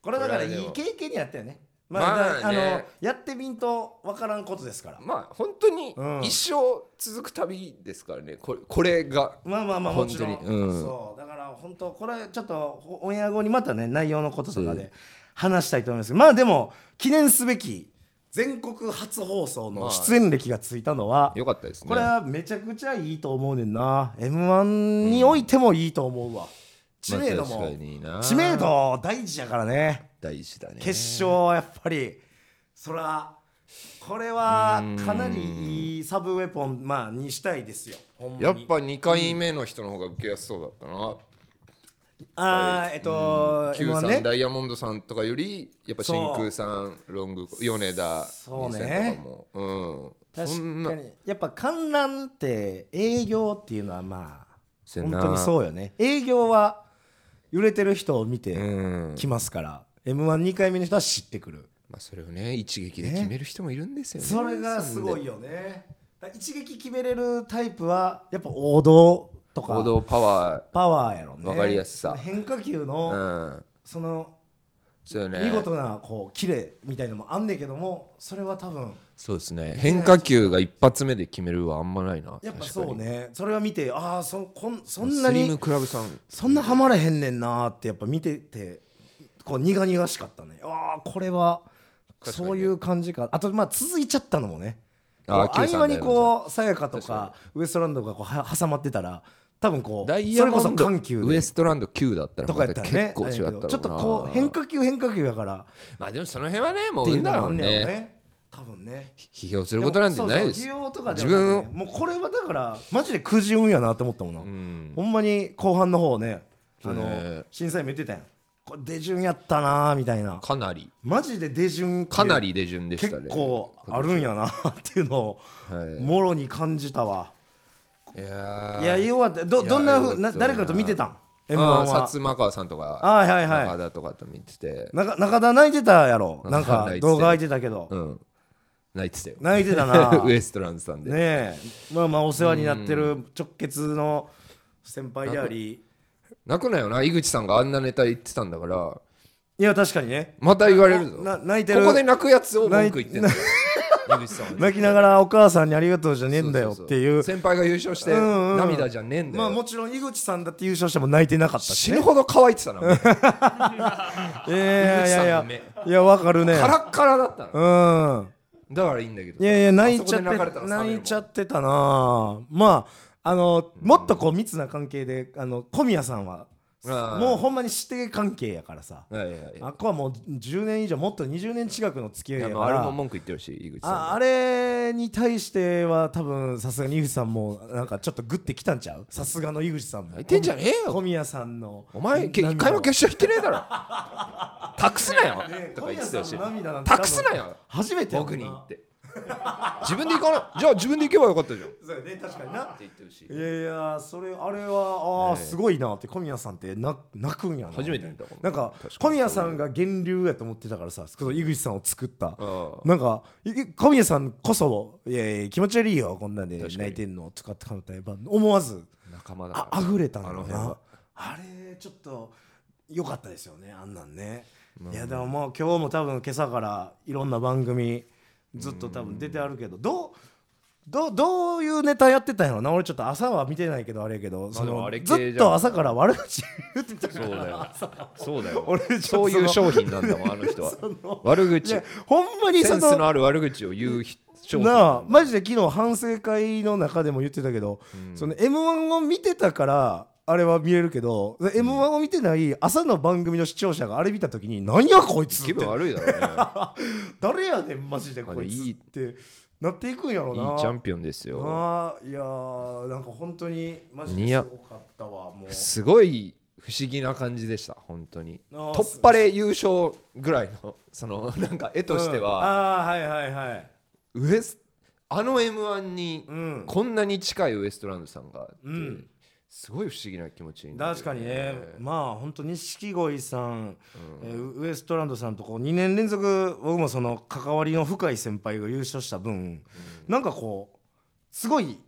Speaker 2: これだからいい経験になったよねまあ、
Speaker 1: まあね
Speaker 2: だあのやってみんと分からんことですから
Speaker 1: (laughs) まあ本当に
Speaker 2: うん
Speaker 1: 一生続く旅ですからねこれこれが
Speaker 2: まあまあまあもちろん、
Speaker 1: 本当にうん
Speaker 2: そうだから本当これちょっとほオンエア後にまたね内容のこととかで話したいと思いますけどまあでも記念すべき全国初放送の出演歴がついたのは、
Speaker 1: 良かったですね
Speaker 2: これはめちゃくちゃいいと思うねんな m 1においてもいいと思うわ、知名度
Speaker 1: まあ
Speaker 2: も
Speaker 1: 確かにな
Speaker 2: 知名度大事やからね
Speaker 1: 大事だね
Speaker 2: 決勝はやっぱりそらこれはかなりいいサブウェポン、まあ、にしたいですよほんまに
Speaker 1: やっぱ2回目の人の方が受けやすそうだったな、
Speaker 2: ああえっと
Speaker 1: Q
Speaker 2: m
Speaker 1: さん、
Speaker 2: 1ね
Speaker 1: ダイヤモンドさんとかよりやっぱ真空さんロング米田
Speaker 2: そう
Speaker 1: 二千
Speaker 2: ね
Speaker 1: とかもうんそん
Speaker 2: 確
Speaker 1: な
Speaker 2: かにやっぱ観覧って営業っていうのはまあ
Speaker 1: せん
Speaker 2: 本
Speaker 1: な
Speaker 2: 当にそうよね営業は売れてる人を見
Speaker 1: う
Speaker 2: て
Speaker 1: ん
Speaker 2: きますから、m 1 2回目の人は知ってくる
Speaker 1: まあそれをね一撃で決める人もいるんですよね
Speaker 2: それがすごいよねだから一撃決めれるタイプはやっぱ王道とか
Speaker 1: 行動パワ
Speaker 2: パワーやろね
Speaker 1: わかりやすさ
Speaker 2: 変化球の、
Speaker 1: ーうん
Speaker 2: その
Speaker 1: そうよね
Speaker 2: 見事なこう綺麗みたいのもあんねんけどもそれは多分
Speaker 1: そうですね変化球が一発目で決めるはあんまないな
Speaker 2: やっ
Speaker 1: 確
Speaker 2: ぱ
Speaker 1: かに
Speaker 2: そうねそれは見てああそこんそんな
Speaker 1: スリム
Speaker 2: に
Speaker 1: クラブさん
Speaker 2: そんなハマれへんねんなーってやっぱ見ててこう苦々しかったねああこれは
Speaker 1: 確かにね
Speaker 2: そういう感じかあとまあ続いちゃったのもね
Speaker 1: あー
Speaker 2: こう合
Speaker 1: Q さん
Speaker 2: 間
Speaker 1: だ
Speaker 2: に
Speaker 1: よね
Speaker 2: こうさやかと
Speaker 1: 確か
Speaker 2: かウエストランドがこうは挟まってたら多分こう
Speaker 1: ダイ
Speaker 2: そ
Speaker 1: ヤ
Speaker 2: れこ
Speaker 1: モ
Speaker 2: そ
Speaker 1: ンド
Speaker 2: 緩急
Speaker 1: ウエ
Speaker 2: で
Speaker 1: ストランド9だったら
Speaker 2: とかや
Speaker 1: ま
Speaker 2: っ
Speaker 1: た
Speaker 2: たら
Speaker 1: 結
Speaker 2: ね
Speaker 1: 構違った
Speaker 2: あ
Speaker 1: ろ
Speaker 2: れや
Speaker 1: う
Speaker 2: けど
Speaker 1: な
Speaker 2: ちょっとこう変化球変化球やから
Speaker 1: まあでもその辺はねも
Speaker 2: っ
Speaker 1: う
Speaker 2: てい
Speaker 1: 運
Speaker 2: う
Speaker 1: だ
Speaker 2: のが
Speaker 1: ろ
Speaker 2: あ
Speaker 1: うん
Speaker 2: ねやろ
Speaker 1: ね
Speaker 2: ね多分ね
Speaker 1: 批評することなんてないです
Speaker 2: そうそう需要とかで
Speaker 1: 自
Speaker 2: はなく
Speaker 1: 分
Speaker 2: ね
Speaker 1: を
Speaker 2: もうこれはだからマジでくじ運やなって思ったもんな、
Speaker 1: ん
Speaker 2: ほんまに後半の方ねあ
Speaker 1: そう
Speaker 2: の
Speaker 1: ね
Speaker 2: 審査員も言ってたやんこれ出順やったなーみたいな
Speaker 1: かなり
Speaker 2: マジで出順って
Speaker 1: かなり出順でしたね
Speaker 2: 結構あるんやなっていうのを
Speaker 1: はい
Speaker 2: もろに感じたわ、
Speaker 1: いや
Speaker 2: い、やよかったど
Speaker 1: いや
Speaker 2: どんなふ
Speaker 1: よ
Speaker 2: う
Speaker 1: かった
Speaker 2: な誰かと見てたん m 1
Speaker 1: まあ薩
Speaker 2: は
Speaker 1: 摩川さんとか
Speaker 2: あはいはい
Speaker 1: 中
Speaker 2: は
Speaker 1: 田とかと見てて
Speaker 2: い中中田泣いてたやろな
Speaker 1: 泣
Speaker 2: ん
Speaker 1: い
Speaker 2: か
Speaker 1: てた
Speaker 2: 動画開いてたけど
Speaker 1: うん泣いてたよ
Speaker 2: 泣いてたな
Speaker 1: (laughs) ウエストランドさんで
Speaker 2: ねえまあまあお世話になってる直結の先輩であり
Speaker 1: 泣くなよな井口さんがあんなネタ言ってたんだから
Speaker 2: いや確かにね
Speaker 1: また言われるぞ
Speaker 2: な泣いてる
Speaker 1: ここで泣くやつを文句言ってんだよ井口さんはね
Speaker 2: 泣きながらお母さんにありがとうじゃねえんだよっていう
Speaker 1: 先輩が優勝して
Speaker 2: うんうん
Speaker 1: 涙じゃねえんだ
Speaker 2: まあも
Speaker 1: よ
Speaker 2: ちろん井口さんだって優勝しても泣いてなかったし
Speaker 1: 死ぬほど乾いてたなもう
Speaker 2: いやいや
Speaker 1: 井
Speaker 2: い
Speaker 1: 口さんの
Speaker 2: や
Speaker 1: 目
Speaker 2: いやわかるね
Speaker 1: カラッカラだった
Speaker 2: う
Speaker 1: の
Speaker 2: ん
Speaker 1: だからいいんだけど
Speaker 2: いやいや泣いちゃっ
Speaker 1: あそこで泣かれた
Speaker 2: て
Speaker 1: ら冷めるもん
Speaker 2: 泣いちゃってたなまああのもっとこう密な関係であの小宮さんは
Speaker 1: ああ
Speaker 2: もうほんまに師弟関係やからさ
Speaker 1: はいはいはい
Speaker 2: あっこはもう10年以上もっと20年近くの付き合い
Speaker 1: いや
Speaker 2: や
Speaker 1: まあ
Speaker 2: か
Speaker 1: あれ
Speaker 2: ら
Speaker 1: も文句言ってるし井口さんも
Speaker 2: ああれに対しては多分さすがに井口さんもなんかちょっとグッてきたんちゃうさすがの井口さんも
Speaker 1: 泣いてんじゃねえよ
Speaker 2: 小宮さんの
Speaker 1: お前け
Speaker 2: 涙
Speaker 1: 一回も決勝行ってねえだろ託すなよ
Speaker 2: ね
Speaker 1: とか言ってたし
Speaker 2: 小宮さんの涙なんて多分
Speaker 1: 託すなよ
Speaker 2: 初めてやもん
Speaker 1: 僕にって自分で行かないじゃあ自分で行けばよかったじゃんって
Speaker 2: そうやね確かにな
Speaker 1: 言ってほしい
Speaker 2: いやいやそれあれはあー
Speaker 1: ねえ
Speaker 2: すごいなって小宮さんってな泣くんやな
Speaker 1: 初めて見た
Speaker 2: なんか
Speaker 1: 確かに
Speaker 2: 小宮さんが源流やと思ってたからさその井口さんを作った
Speaker 1: あ
Speaker 2: なんかいい小宮さんこそいやいや気持ち悪いよこんなんで
Speaker 1: 確かに
Speaker 2: 泣いてんのとかって考えたらやっぱ思わず
Speaker 1: あ仲間だ
Speaker 2: あ
Speaker 1: から
Speaker 2: 溢れたんだ
Speaker 1: あの
Speaker 2: な
Speaker 1: 辺は
Speaker 2: あれちょっと良かったですよねあんなんね、いやでももう今日も多分今朝からいろんな番組ずっと多分出てあるけどどうどうどういうネタやってたんやろな俺ちょっと朝は見てないけどあれやけどそ
Speaker 1: でも
Speaker 2: の
Speaker 1: あれ系じ
Speaker 2: ず
Speaker 1: ゃん
Speaker 2: っと朝から悪口言ってたか
Speaker 1: そう
Speaker 2: ら
Speaker 1: だよそうだよ
Speaker 2: 俺ちょっと
Speaker 1: そういう商品なんだもんあの人は
Speaker 2: の
Speaker 1: 悪
Speaker 2: い
Speaker 1: 口
Speaker 2: やほんまに
Speaker 1: セ
Speaker 2: そ
Speaker 1: ンス
Speaker 2: の
Speaker 1: のある悪口を言うひ商品
Speaker 2: なあマジで昨日反省会の中でも言ってたけど、その m 1を見てたからあれは見れるけど、m 1を見てない朝の番組の視聴者があれ見た時に「何やこいつ」っ
Speaker 1: 気
Speaker 2: て
Speaker 1: 分悪いだろう
Speaker 2: (laughs)
Speaker 1: ね
Speaker 2: 誰やねんマジでこい
Speaker 1: あれい
Speaker 2: つ
Speaker 1: い
Speaker 2: ってなっていくんやろない
Speaker 1: いチャンピオンですよ
Speaker 2: あーいやーなんか本当にマジです
Speaker 1: 似合
Speaker 2: ごかったわもう
Speaker 1: すごい不思議な感じでした本当に
Speaker 2: あー
Speaker 1: 突破れ優勝ぐらいのそのなんか絵としては、
Speaker 2: は、ああーはいはいはい
Speaker 1: ウエスあの m 1に
Speaker 2: うん
Speaker 1: こんなに近いウエストランドさんがあって、
Speaker 2: うん
Speaker 1: すごい不思議な気持ちになる
Speaker 2: 確かにね、まあ本当錦鯉さん、えーウエストランドさんとこう2年連続僕もその関わりの深い先輩が優勝した分、なんかこうすごい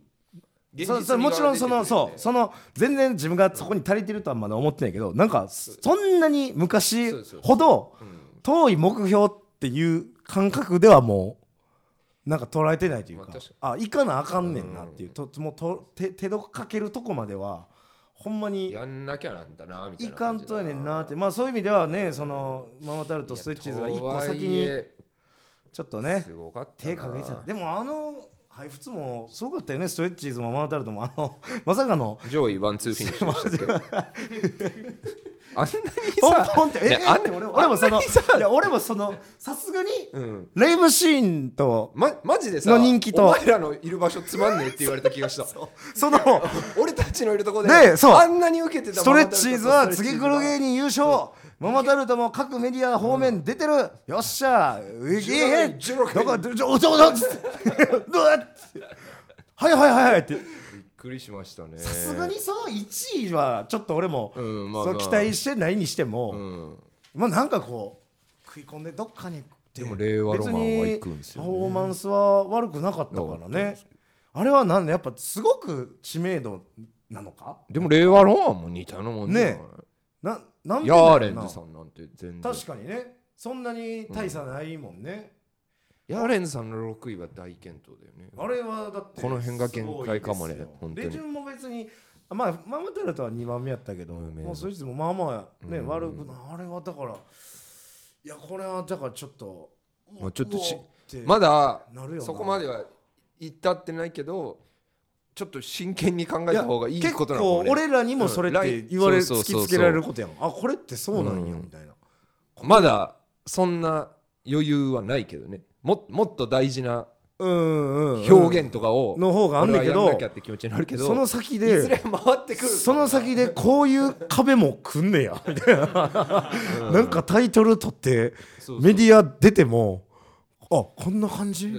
Speaker 1: 現実
Speaker 2: そ
Speaker 1: 味
Speaker 2: そ
Speaker 1: が
Speaker 2: もちろんそ
Speaker 1: 出
Speaker 2: の
Speaker 1: てくるよ
Speaker 2: そ
Speaker 1: ね
Speaker 2: うその全然自分がそこに足りてるとはまだ思ってないけどなんかそんなに昔
Speaker 1: そうそう
Speaker 2: ほど
Speaker 1: うん
Speaker 2: 遠い目標っていう感覚ではもうなんか捉えてないという
Speaker 1: ま
Speaker 2: か,、
Speaker 1: あ確か
Speaker 2: あいかなあかんねんなっていう、ともうと手手どっかけるとこまではほんまに
Speaker 1: やんなきゃなんだなみたい
Speaker 2: い
Speaker 1: な
Speaker 2: か
Speaker 1: 感
Speaker 2: ん
Speaker 1: じ
Speaker 2: とやねんなって
Speaker 1: い
Speaker 2: まあそういう意味ではねそのママタルト
Speaker 1: や
Speaker 2: ストレッチーズが一個先
Speaker 1: とは
Speaker 2: に
Speaker 1: い
Speaker 2: ちょっと
Speaker 1: え
Speaker 2: ね
Speaker 1: すごかったな
Speaker 2: 手かけちゃったでもあの配布もすごかったよねストレッチーズもママタルトもあのまさかの
Speaker 1: 上位ワンツーフィニッシュでしたっけあんなに
Speaker 2: ポン
Speaker 1: さ
Speaker 2: ポンってえ
Speaker 1: ね
Speaker 2: え
Speaker 1: あん
Speaker 2: って俺も俺もそのいや俺もそのさすがに
Speaker 1: うん
Speaker 2: レイムシーンと
Speaker 1: ま、マジでさ
Speaker 2: の人気と
Speaker 1: お前らのいる場所つまんねえって言われた気がした
Speaker 2: その
Speaker 1: 俺たちのいるとこで
Speaker 2: でそう
Speaker 1: あんなに受けてた
Speaker 2: ストレッチーズは次
Speaker 1: く
Speaker 2: 黒芸人優勝ママタルトも各メディア方面出てる、よっしゃウィギーヘッジど
Speaker 1: 16
Speaker 2: こどこどこどこどこはいはいはいはいって
Speaker 1: びっくりしましたね
Speaker 2: さすがにその1位はちょっと俺も、
Speaker 1: うんまあ
Speaker 2: その
Speaker 1: まあ
Speaker 2: 期待してないにしても、
Speaker 1: うん
Speaker 2: まあなんかこう食い込んでどっかに
Speaker 1: で
Speaker 2: で
Speaker 1: も令和ロマンは行くんですよね
Speaker 2: パフォーマンスは悪くなかったからねあれはなんだやっぱすごく知名度なのか
Speaker 1: でも令和ロマンも似たようなもんじゃない
Speaker 2: ねななんで
Speaker 1: ヤ
Speaker 2: だろ
Speaker 1: ー
Speaker 2: うな
Speaker 1: レンズさんなんて全然
Speaker 2: 確かにねそんなに大差ないもんね、
Speaker 1: ヤーレンズさんの6位は大健闘だよね
Speaker 2: あれはだって
Speaker 1: この辺が限界かもね
Speaker 2: すごいですよ
Speaker 1: 本当に
Speaker 2: レジュンも別にまあマムタルトは2番目やったけど、
Speaker 1: うん
Speaker 2: もうそいつもまあまあね、
Speaker 1: うん
Speaker 2: 悪くなあれはだからいやこれはだからちょっと
Speaker 1: まあちょっとし
Speaker 2: うおて
Speaker 1: まだ
Speaker 2: なるよな
Speaker 1: そこまでは至ってないけどちょっと真剣に考えた方がいいことなの
Speaker 2: 結構俺らにもそれって言われ、
Speaker 1: うんそう
Speaker 2: 突
Speaker 1: そうそう
Speaker 2: きつけられることやんあこれってそうなんや
Speaker 1: うん
Speaker 2: みたいな、
Speaker 1: まだそんな余裕はないけどねももっと大事な
Speaker 2: うん、うんうん
Speaker 1: 表現とかを
Speaker 2: の方があんねんけ
Speaker 1: 俺
Speaker 2: ど
Speaker 1: はやんなきゃって気持ちになるけど
Speaker 2: その先
Speaker 1: いずれ
Speaker 2: で
Speaker 1: 回ってくる
Speaker 2: その先でこういう壁も来んねやみたいな、なんかタイトル取ってメデ
Speaker 1: ィ
Speaker 2: ィア出てもあこんな感じ、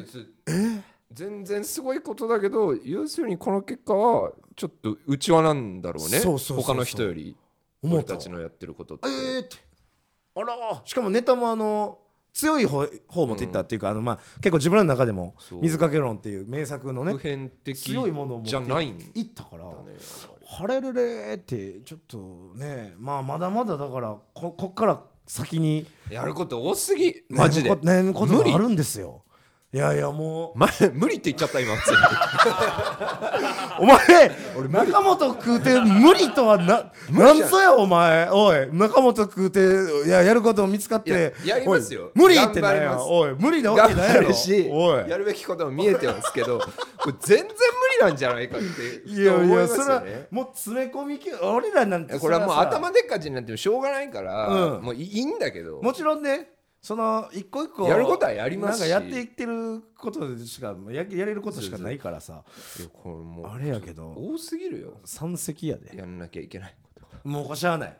Speaker 1: 全然すごいことだけど要するにこの結果はちょっとうちわなんだろうね
Speaker 2: そうそうそうそう
Speaker 1: 他の人より
Speaker 2: 思
Speaker 1: 俺
Speaker 2: った
Speaker 1: たちのやってることって、
Speaker 2: えーってあらしかもネタもあの強い方方もっていったっていうか、あのまあ、結構自分らの中でも
Speaker 1: そう
Speaker 2: 「水かけ論」っていう名作のね
Speaker 1: 普遍的
Speaker 2: 強いものを持って
Speaker 1: じゃないんだね
Speaker 2: いったから。
Speaker 1: やっぱり
Speaker 2: 晴れるれーってちょっとねまあまだまだだからここっから先に
Speaker 1: やること多すぎマジで
Speaker 2: 悩むこ悩むこ
Speaker 1: 無
Speaker 2: と
Speaker 1: 理
Speaker 2: があるんですよいやいやもう
Speaker 1: ま、無理って言っちゃった
Speaker 2: (laughs)
Speaker 1: 今
Speaker 2: お前中本食うて無理とはななんぞやお前おい中本食うていややること見つかっ
Speaker 1: い
Speaker 2: て
Speaker 1: ややりますよ
Speaker 2: おい無理ってな
Speaker 1: 頑張
Speaker 2: ん
Speaker 1: り
Speaker 2: や
Speaker 1: ます
Speaker 2: おい無理なわ
Speaker 1: 頑
Speaker 2: けないや
Speaker 1: 張
Speaker 2: ろ
Speaker 1: るし
Speaker 2: おい
Speaker 1: やるべきことも見えてますけどこれ全然無理なんじゃないかって
Speaker 2: い
Speaker 1: ふと
Speaker 2: やい
Speaker 1: 思い
Speaker 2: や
Speaker 1: ます
Speaker 2: それ
Speaker 1: よ
Speaker 2: は
Speaker 1: ね
Speaker 2: もう詰め込みき俺らなんて
Speaker 1: これはもう
Speaker 2: そさ
Speaker 1: 頭でっかちになってもしょうがないから、
Speaker 2: うん
Speaker 1: もういいんだけど
Speaker 2: もちろんねその一個一個
Speaker 1: やることはやりますし
Speaker 2: なんかやっていってることしかややれることしかないからさ
Speaker 1: いやこれもう
Speaker 2: あれやけど
Speaker 1: 多すぎるよ
Speaker 2: 山積やで
Speaker 1: やんなきゃいけないことが
Speaker 2: もうこれしゃあない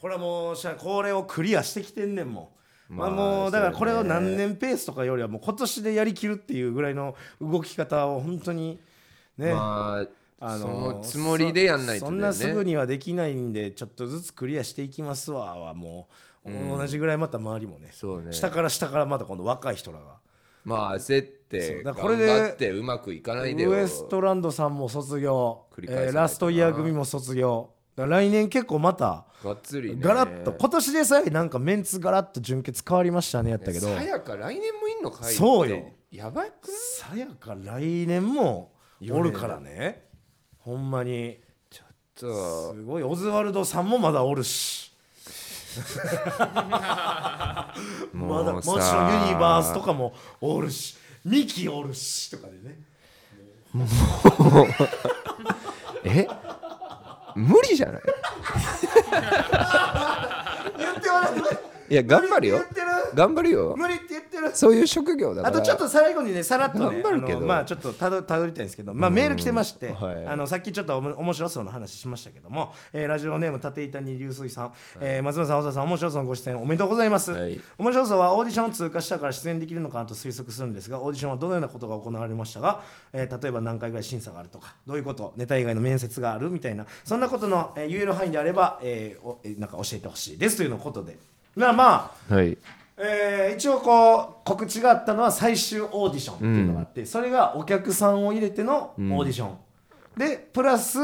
Speaker 2: これはもうしゃあこれをクリアしてきてんねんもんまあ、
Speaker 1: まあ
Speaker 2: もうだから
Speaker 1: そう
Speaker 2: こ
Speaker 1: だ
Speaker 2: れ
Speaker 1: よ
Speaker 2: を
Speaker 1: ね
Speaker 2: 何年ペースとかよりはもう今年でやりきるっていうぐらいの動き方を本当にね、
Speaker 1: まあ、
Speaker 2: あの
Speaker 1: そのつもりでやんないと
Speaker 2: そ
Speaker 1: だ
Speaker 2: そ
Speaker 1: よ
Speaker 2: ん
Speaker 1: ね
Speaker 2: なすぐにはできないんでちょっとずつクリアしていきますわはもう、同じぐらいまた周りもね
Speaker 1: そうね
Speaker 2: 下から下からまた今度若い人らが
Speaker 1: まあ焦って
Speaker 2: そうだ
Speaker 1: 頑
Speaker 2: からこれで
Speaker 1: 張ってうまくいかないでよ
Speaker 2: ウエストランドさんも卒業
Speaker 1: 繰り返さない
Speaker 2: え
Speaker 1: と
Speaker 2: ー
Speaker 1: な
Speaker 2: ラストイヤー組も卒業だから来年結構また
Speaker 1: がっつりね
Speaker 2: ガラッと、今年でさえなんかメンツガラッと純潔変わりましたねやったけど
Speaker 1: さやか来年もいんのかいって
Speaker 2: そうよ
Speaker 1: やばくない
Speaker 2: さやか来年もおるからねほんまに
Speaker 1: そう
Speaker 2: すごいオズワルドさんもまだおるしまだ
Speaker 1: も
Speaker 2: も
Speaker 1: う
Speaker 2: ち
Speaker 1: さ
Speaker 2: ろんユニバースとかもおるしミキおるしとかで (laughs) ね
Speaker 1: え無理じゃない
Speaker 2: 言って笑って
Speaker 1: いや頑張るよ
Speaker 2: 言ってる
Speaker 1: 頑張るよ
Speaker 2: 無理って言ってる
Speaker 1: そういう職業だか
Speaker 2: あ
Speaker 1: ら
Speaker 2: とちょっと最後にねさらっと
Speaker 1: 頑
Speaker 2: ね
Speaker 1: 張るけど
Speaker 2: あのまあちょっとたどたどりたいんですけど、まあ、メール来てまして、
Speaker 1: はい
Speaker 2: あのさっきちょっとおも面白そうな話しましたけども、えーラジオネーム立板に流水さん、えー松村さん大沢さん面白そうのご出演おめでとうございます、
Speaker 1: はい
Speaker 2: 面白そうはオーディションを通過したから出演できるのかなと推測するんですがオーディションはどのようなことが行われましたが、えー例えば何回ぐらい審査があるとかどういうことネタ以外の面接があるみたいなそんなことの、えー言える範囲であれば、えーおえーなんか教えてほしいですというのことでまあまあ
Speaker 1: はい
Speaker 2: えー一応こう告知があったのは最終オーディションっていうのがあって、それがお客さんを入れてのオーディション、でプラス、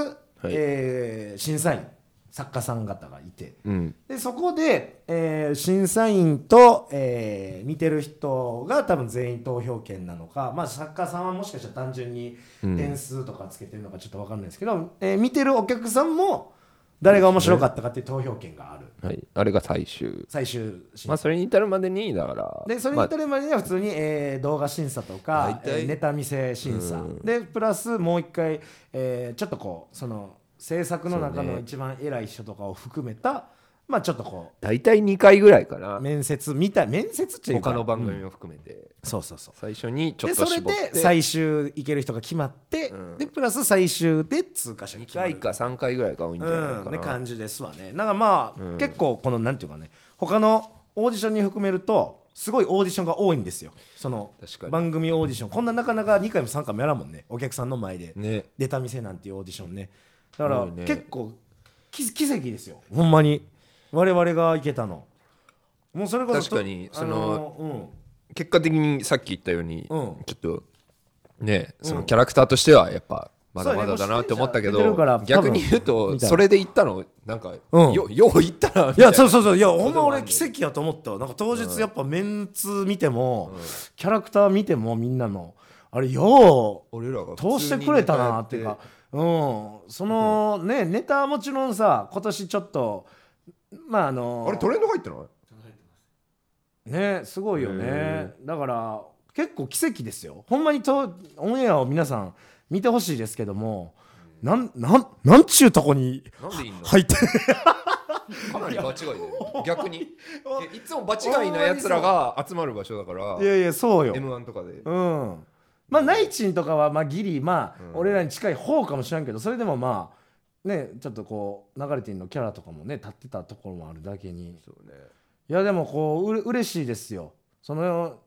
Speaker 2: えー審査員作家さん方がいて、
Speaker 1: うん
Speaker 2: でそこで、えー審査員と、えー見てる人が多分全員投票権なのか、まあ、作家さんはもしかしたら単純に点数とかつけてるのかちょっと分かんないですけど、えー見てるお客さんも誰が面白かったかっていう投票権がある
Speaker 1: はいあれが最終
Speaker 2: 最終審査
Speaker 1: まあそれに至るまでにだから
Speaker 2: でそれに至るまでには普通に、えー動画審査とか、
Speaker 1: 大体
Speaker 2: えーネタ見せ審査、でプラスもう一回、えーちょっとこうその制作の中の一番偉い人とかを含めた、まあちょっとこ
Speaker 1: まあ大体2回ぐらいか
Speaker 2: う
Speaker 1: な
Speaker 2: 面接みたい面接っていうか
Speaker 1: 他の番組も含めて
Speaker 2: そうそうそう
Speaker 1: 最初にちょ
Speaker 2: で
Speaker 1: っ
Speaker 2: そ
Speaker 1: と
Speaker 2: れ
Speaker 1: 絞っ
Speaker 2: で
Speaker 1: て
Speaker 2: 最終いける人が決まって、
Speaker 1: うん
Speaker 2: でプラス最終で通過者が
Speaker 1: 2
Speaker 2: 決まる
Speaker 1: 回か3回ぐらいが多いんじゃない
Speaker 2: うん、ね
Speaker 1: かな
Speaker 2: 感じですわねなんかまあ、結構このなんていうかね他のオーディションに含めるとすごいオーディションが多いんですよその
Speaker 1: 確かに
Speaker 2: 番組オーディションこんななかなか2回も3回もやらんもんねお客さんの前で
Speaker 1: ね
Speaker 2: 出た店なんていうオーディションねだから
Speaker 1: 多いね
Speaker 2: 結構き奇跡ですよほんまに我々が行けたのもうそれこそ
Speaker 1: 確かに
Speaker 2: とあの
Speaker 1: 結果的にさっき言ったように、
Speaker 2: うん
Speaker 1: ちょっとねそのキャラクターとしてはやっぱまだまだ
Speaker 2: そう
Speaker 1: だ
Speaker 2: ねもう
Speaker 1: なって思ったけ
Speaker 2: 出てる
Speaker 1: ど
Speaker 2: から
Speaker 1: 逆に言う
Speaker 2: 多分
Speaker 1: と
Speaker 2: みたい
Speaker 1: それで行ったのなんか、
Speaker 2: うん
Speaker 1: よよう行ったなみたい
Speaker 2: い
Speaker 1: な
Speaker 2: やそうそうそういやほんま俺奇跡やと思ったわなんか当日やっぱメンツ見ても、キャラクター見てもみんなのあれよう
Speaker 1: 俺らが
Speaker 2: 通してくれたなっていうかうんそのねネタはもちろんさ今年ちょっとまああの
Speaker 1: あれトレンド入ってない
Speaker 2: ねすごいよね
Speaker 1: へ
Speaker 2: だから結構奇跡ですよほんまにとオンエアを皆さん見てほしいですけどもなんなんなんちゅうとこに
Speaker 1: なんでいいの
Speaker 2: 入って
Speaker 1: かなり場違いだ
Speaker 2: (laughs)
Speaker 1: よ逆にえいつも場違いなやつらが集まる場所だから
Speaker 2: いやいやそう (laughs) よ
Speaker 1: m 1とかで
Speaker 2: うんまあナイチンとかはまあギリまあ俺らに近い方かもしれんけどそれでもまあねちょっとこう流れてるのキャラとかもね立ってたところもあるだけに
Speaker 1: そうね
Speaker 2: いやでもこううれ嬉しいですよその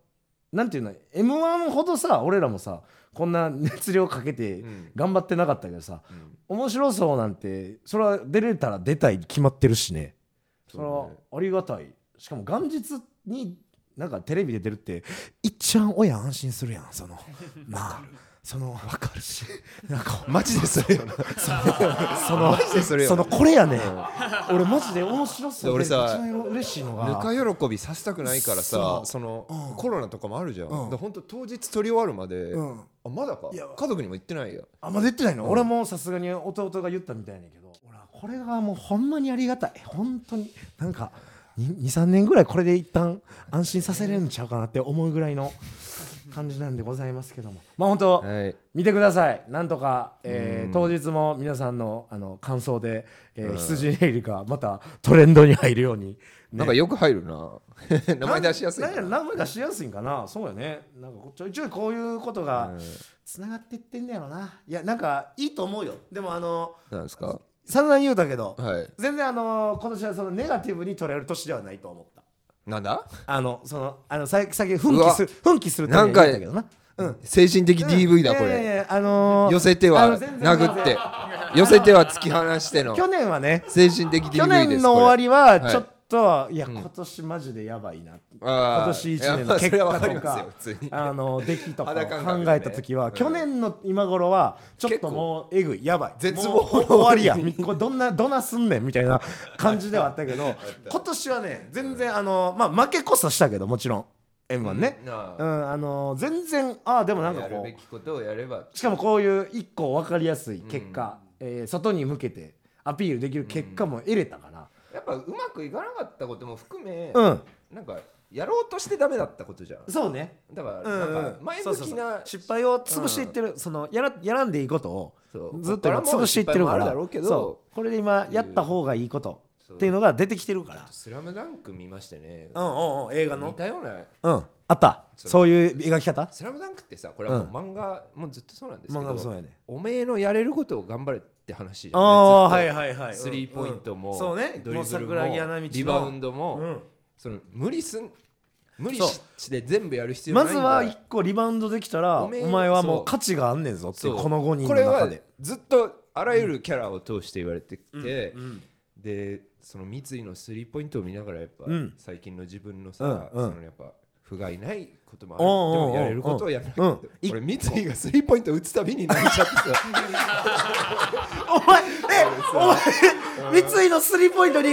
Speaker 2: なんていうの m 1ほどさ俺らもさこんな熱量かけて
Speaker 1: うん
Speaker 2: 頑張ってなかったけどさ、
Speaker 1: うん
Speaker 2: 面白そうなんてそれは出れたら出たいに決まってるしねそれ
Speaker 1: そう
Speaker 2: は
Speaker 1: ね
Speaker 2: ありがたいしかも元日になんかテレビで出るっていっちゃん親安心するやんそ
Speaker 1: (laughs)
Speaker 2: のなあそのわかるしなんか
Speaker 1: マジでそれよ (laughs) な
Speaker 2: その
Speaker 1: マジでそれよ
Speaker 2: そ
Speaker 1: な
Speaker 2: のこ
Speaker 1: (laughs)
Speaker 2: れやねん俺マジで面白そうで
Speaker 1: 俺さ
Speaker 2: 一番嬉しいのが
Speaker 1: ぬか喜びさせたくないからさ
Speaker 2: そう
Speaker 1: その、
Speaker 2: うん
Speaker 1: コロナとかもあるじゃん、
Speaker 2: うん
Speaker 1: だからほんと当日撮り終わるまで、
Speaker 2: うん
Speaker 1: あまだか
Speaker 2: いや
Speaker 1: 家族にも言ってないよ
Speaker 2: あんま出てないの、
Speaker 1: うん
Speaker 2: 俺もさすがに弟が言ったみたいやねんけど俺はこれがもうほんまにありがたい本当になんか23年ぐらいこれで一旦安心させれるんちゃうかなって思うぐらいの感じなんでございますけどもまあ本当、
Speaker 1: はい
Speaker 2: 見てくださいなんとか、えー
Speaker 1: うん
Speaker 2: 当日も皆さんのあの感想で、えー羊ネイリがまたトレンドに入るように、ね
Speaker 1: なんかよく入る (laughs) な名前出しやすい
Speaker 2: な
Speaker 1: なん
Speaker 2: や名前出しやすいんかなそうやねなんかちょいちょいこういうことが、
Speaker 1: うん
Speaker 2: つながってってんねやろないやなんかいいと思うよでもあの
Speaker 1: なんですか
Speaker 2: 散々言うたけど
Speaker 1: はい
Speaker 2: 全然あの今年はそのネガティブに捉える年ではないと思った
Speaker 1: なんだ
Speaker 2: あのそのあのさ先奮起する奮起するって言ったけどなうん
Speaker 1: 精神的 DV だこ
Speaker 2: いやいや
Speaker 1: れ
Speaker 2: いやあのー
Speaker 1: 寄せて
Speaker 2: あの
Speaker 1: は
Speaker 2: 全然
Speaker 1: 殴って寄せては突き放しての
Speaker 2: 去年はね
Speaker 1: 精神的 DV です
Speaker 2: 去年の終わりは
Speaker 1: これ
Speaker 2: ちょっと、い、や今年マジでやばいな、今
Speaker 1: 今
Speaker 2: 年1年の結果とか
Speaker 1: 普通に
Speaker 2: あの出来とかを
Speaker 1: 肌感覚で
Speaker 2: 考えた時は、
Speaker 1: うん
Speaker 2: 去年の今頃はちょっ
Speaker 1: 結
Speaker 2: と
Speaker 1: 構
Speaker 2: もうえぐいやばい
Speaker 1: 絶望
Speaker 2: もう終わりやみこれどんなどなすんねんみたい
Speaker 1: (laughs)
Speaker 2: な感じではあったけど今年はね全然あのまあ負けこそしたけどもちろん m 1ね、
Speaker 1: な
Speaker 2: う
Speaker 1: あ
Speaker 2: ん、あの全然ああでもなんか
Speaker 1: やる
Speaker 2: こう
Speaker 1: べきことをやれば
Speaker 2: しかもこういう一個分かりやすい結果、えー外に向けてアピールできる結果も得れたから、
Speaker 1: やっぱうまくいかなかったことも含め
Speaker 2: うん、
Speaker 1: なんかやろうとしてダメだったことじゃん
Speaker 2: そうね。
Speaker 1: だから
Speaker 2: うんうん
Speaker 1: なんか前向きな
Speaker 2: 失敗を潰していってる、そのやらやらんでいいことを
Speaker 1: そう
Speaker 2: ずっと今潰していってる
Speaker 1: ここからも失敗も
Speaker 2: から
Speaker 1: あるだろうけど
Speaker 2: そうこれで今やった方がいいことっていうのが出てきてるから
Speaker 1: スラムダンク見ましてね
Speaker 2: うんうんうん映画
Speaker 1: 似たような
Speaker 2: うんあった
Speaker 1: そう
Speaker 2: そういう描き方
Speaker 1: スラムダンクってさこれはもう漫画もずっとそうなんですけ
Speaker 2: 漫画もそうや
Speaker 1: ど
Speaker 2: ね
Speaker 1: おめえのやれることを頑張れって話じゃ
Speaker 2: あ
Speaker 1: ん
Speaker 2: あ
Speaker 1: ずっと
Speaker 2: はいはいはい
Speaker 1: スリーポイントも、
Speaker 2: うんそうね
Speaker 1: ドリブル
Speaker 2: もう桜木花道
Speaker 1: も
Speaker 2: の
Speaker 1: リバウンドも、
Speaker 2: うん
Speaker 1: その無理すん無理
Speaker 2: そう
Speaker 1: しして全部やる必要な
Speaker 2: ま
Speaker 1: いんだ
Speaker 2: ずは1個リバウンドできたらお
Speaker 1: おめえ
Speaker 2: 前はも
Speaker 1: そうう
Speaker 2: 価値があんねんぞっていう
Speaker 1: そう
Speaker 2: この5人
Speaker 1: こ
Speaker 2: の
Speaker 1: れ
Speaker 2: 中
Speaker 1: は
Speaker 2: で
Speaker 1: ずっとあらゆるキャラを通して言われてきて、
Speaker 2: ん
Speaker 1: でその三井のスリーポイントを見ながらやっぱ、
Speaker 2: うん
Speaker 1: 最近の自分のさ、
Speaker 2: うんうん
Speaker 1: そのやっぱ不甲斐ないこともあ
Speaker 2: おう
Speaker 1: る
Speaker 2: おうおう
Speaker 1: でもやれることをやらなきゃ
Speaker 2: うん
Speaker 1: 俺三井がスリーポイント打つたびに泣いちゃってさ
Speaker 2: お前えお前三井のスリーポイントに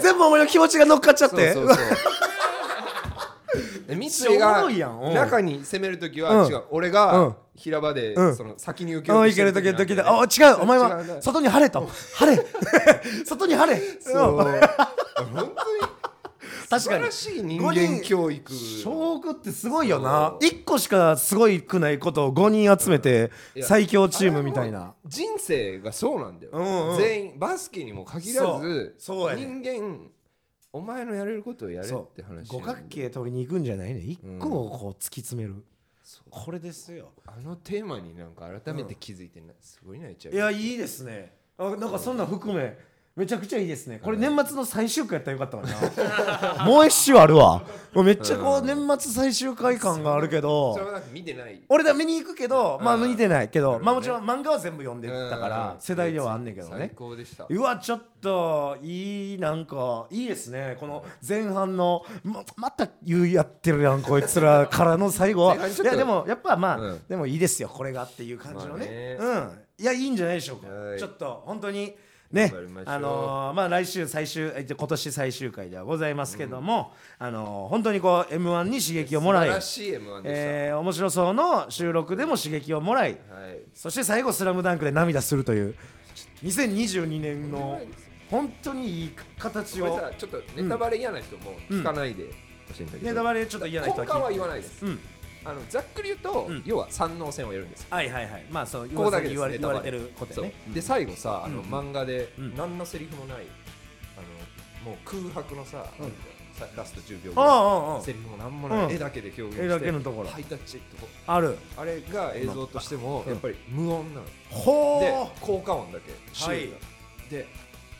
Speaker 2: 全部お前の気持ちが乗っかっちゃ
Speaker 1: (laughs)
Speaker 2: っ
Speaker 1: そ
Speaker 2: て
Speaker 1: うそうそうで三井
Speaker 2: おもろいやんう
Speaker 1: が
Speaker 2: ん
Speaker 1: 中に攻めるときは、
Speaker 2: うん
Speaker 1: 違う俺
Speaker 2: うん
Speaker 1: が平場で、
Speaker 2: うん
Speaker 1: その先に受けよ
Speaker 2: うん、
Speaker 1: うと
Speaker 2: い
Speaker 1: して
Speaker 2: け
Speaker 1: る
Speaker 2: る
Speaker 1: 時
Speaker 2: 時
Speaker 1: なんだよ
Speaker 2: 々
Speaker 1: ね
Speaker 2: で、あ、違う、お前
Speaker 1: 違う
Speaker 2: は
Speaker 1: な
Speaker 2: 外に晴れと、晴れ、 (laughs) 外に晴れ。
Speaker 1: そう
Speaker 2: うん
Speaker 1: 本当に
Speaker 2: 確
Speaker 1: 素
Speaker 2: か
Speaker 1: 晴
Speaker 2: に
Speaker 1: ら。しい人間教育
Speaker 2: 小学ってすごいよな。
Speaker 1: そう
Speaker 2: 一個しかすごいくないことを五人集めて
Speaker 1: いや
Speaker 2: 最強チームみたいな。
Speaker 1: 人生がそうなんだよ、
Speaker 2: うんうん
Speaker 1: 全員バスケにも限らず
Speaker 2: そうそうやね
Speaker 1: 人間お前のやれることをやれっ
Speaker 2: そう
Speaker 1: て話
Speaker 2: 五角形取りに行くんじゃないね。一個をこう突き詰める。
Speaker 1: そう
Speaker 2: これですよ。
Speaker 1: あのテーマになんか改めて気づいてな、すごい泣いちゃう
Speaker 2: い
Speaker 1: い
Speaker 2: やいいですね。あなんかそんなん含めめちゃくちゃいいですね。これ年末の最終回やったらよかったわ
Speaker 1: (laughs)
Speaker 2: な。もう一周あるわ。もうめっちゃこう年末最終回感があるけど
Speaker 1: それ。はなんか見てない
Speaker 2: 俺だ見に行くけど、まあ見てないけど、
Speaker 1: うん
Speaker 2: まあもちろん漫画は全部読んでたから
Speaker 1: う、ん
Speaker 2: 世代ではあんねんけど
Speaker 1: 最
Speaker 2: ね。
Speaker 1: 高でした
Speaker 2: うわ、ちょっといい、なんかいいですね、この前半の、ままた言うやってるやん、こいつらからの最後
Speaker 1: (laughs)
Speaker 2: は。
Speaker 1: 前半ち
Speaker 2: い
Speaker 1: ょっと
Speaker 2: や、でもやっぱまあ、
Speaker 1: うん
Speaker 2: でもいいですよ、これがっていう感じのね。
Speaker 1: ま
Speaker 2: うん。いや、いいんじゃないでしょうか。
Speaker 1: はい
Speaker 2: ちょっと本当にね
Speaker 1: 頑張りまし、ょう
Speaker 2: あのーまあ来週最終、え今年最終回ではございますけども、あのー本当にこう、m 1に刺激をもら
Speaker 1: 素晴
Speaker 2: い
Speaker 1: ら。しい M1 でした、
Speaker 2: えー面白そうの収録でも刺激をもらい
Speaker 1: はい
Speaker 2: そして最後「スラムダンクで涙するという2022年の本当にいい形
Speaker 1: これ
Speaker 2: を
Speaker 1: さちょっとネタバレ嫌な人も聞かないでほしいんだけど、
Speaker 2: ネタバレちょっと嫌な人
Speaker 1: 今回
Speaker 2: は
Speaker 1: は
Speaker 2: 聞い
Speaker 1: 言
Speaker 2: て
Speaker 1: わないです、
Speaker 2: うん
Speaker 1: あのざっくり言うと、
Speaker 2: ん
Speaker 1: 要は三能戦をやるんですよ
Speaker 2: はいはいはいまあそう
Speaker 1: ここだけです
Speaker 2: 言われ
Speaker 1: ネタ
Speaker 2: 言わ
Speaker 1: バ
Speaker 2: れ
Speaker 1: レ
Speaker 2: てること
Speaker 1: そう
Speaker 2: やね
Speaker 1: で最後さあの漫画で
Speaker 2: うん
Speaker 1: 何のセリフもないあのもう空白のさ
Speaker 2: うん
Speaker 1: さラスト10秒ぐ
Speaker 2: ああ
Speaker 1: ら
Speaker 2: あああ
Speaker 1: いセリフも何も
Speaker 2: う
Speaker 1: なんい絵だけで表現して
Speaker 2: 絵だけのところ
Speaker 1: ハイタッチとこ
Speaker 2: あある
Speaker 1: あれが映像としても
Speaker 2: うん
Speaker 1: やっぱり無音なの
Speaker 2: ほ
Speaker 1: で
Speaker 2: ー
Speaker 1: 効果音だけシュール
Speaker 2: は
Speaker 1: なで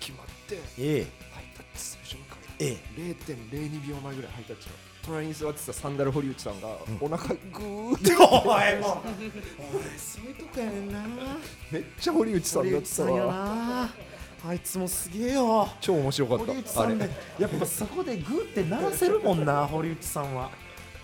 Speaker 1: 決まって
Speaker 2: え (laughs) え
Speaker 1: ハイタッチする瞬間
Speaker 2: ええ
Speaker 1: 0.02秒前ぐらいハイタッチの隣に座ってたサンダル堀内さんがお腹グーって
Speaker 2: でお前もうお前そういうとこやねんな
Speaker 1: めっちゃ堀内さん
Speaker 2: 堀
Speaker 1: だっ
Speaker 2: 内
Speaker 1: て
Speaker 2: さ
Speaker 1: た
Speaker 2: んや
Speaker 1: わ
Speaker 2: なあいつもすげえよ
Speaker 1: 超面白かった
Speaker 2: 堀内さん
Speaker 1: あ
Speaker 2: で
Speaker 1: れ
Speaker 2: やっぱそこでグーって鳴らせるもんな堀内さんは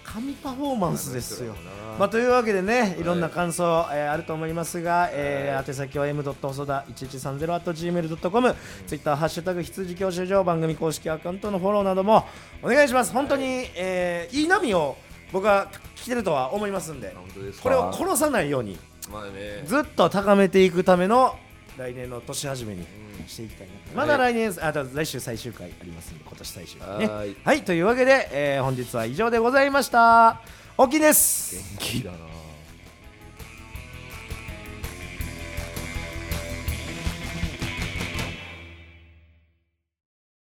Speaker 2: 神パフォーマンスですよ
Speaker 1: あの人だもんな
Speaker 2: まあ、というわけでねいろんな感想、えーあると思いますが、えー宛先は m. 細田 1130.gmail.com ツイッターハッシュタグ羊教習所番組公式アカウントのフォローなどもお願いします本当に、えーいい波を僕は来てるとは思いますんで
Speaker 1: 本当ですか
Speaker 2: これを殺さないように
Speaker 1: まあね
Speaker 2: ずっと高めていくための来年の年始めにしていきたいな、まだ来年あと来週最終回ありますんで今年最終回ね
Speaker 1: はーい
Speaker 2: はいというわけで、えー本日は以上でございましたおきです
Speaker 1: 元気だな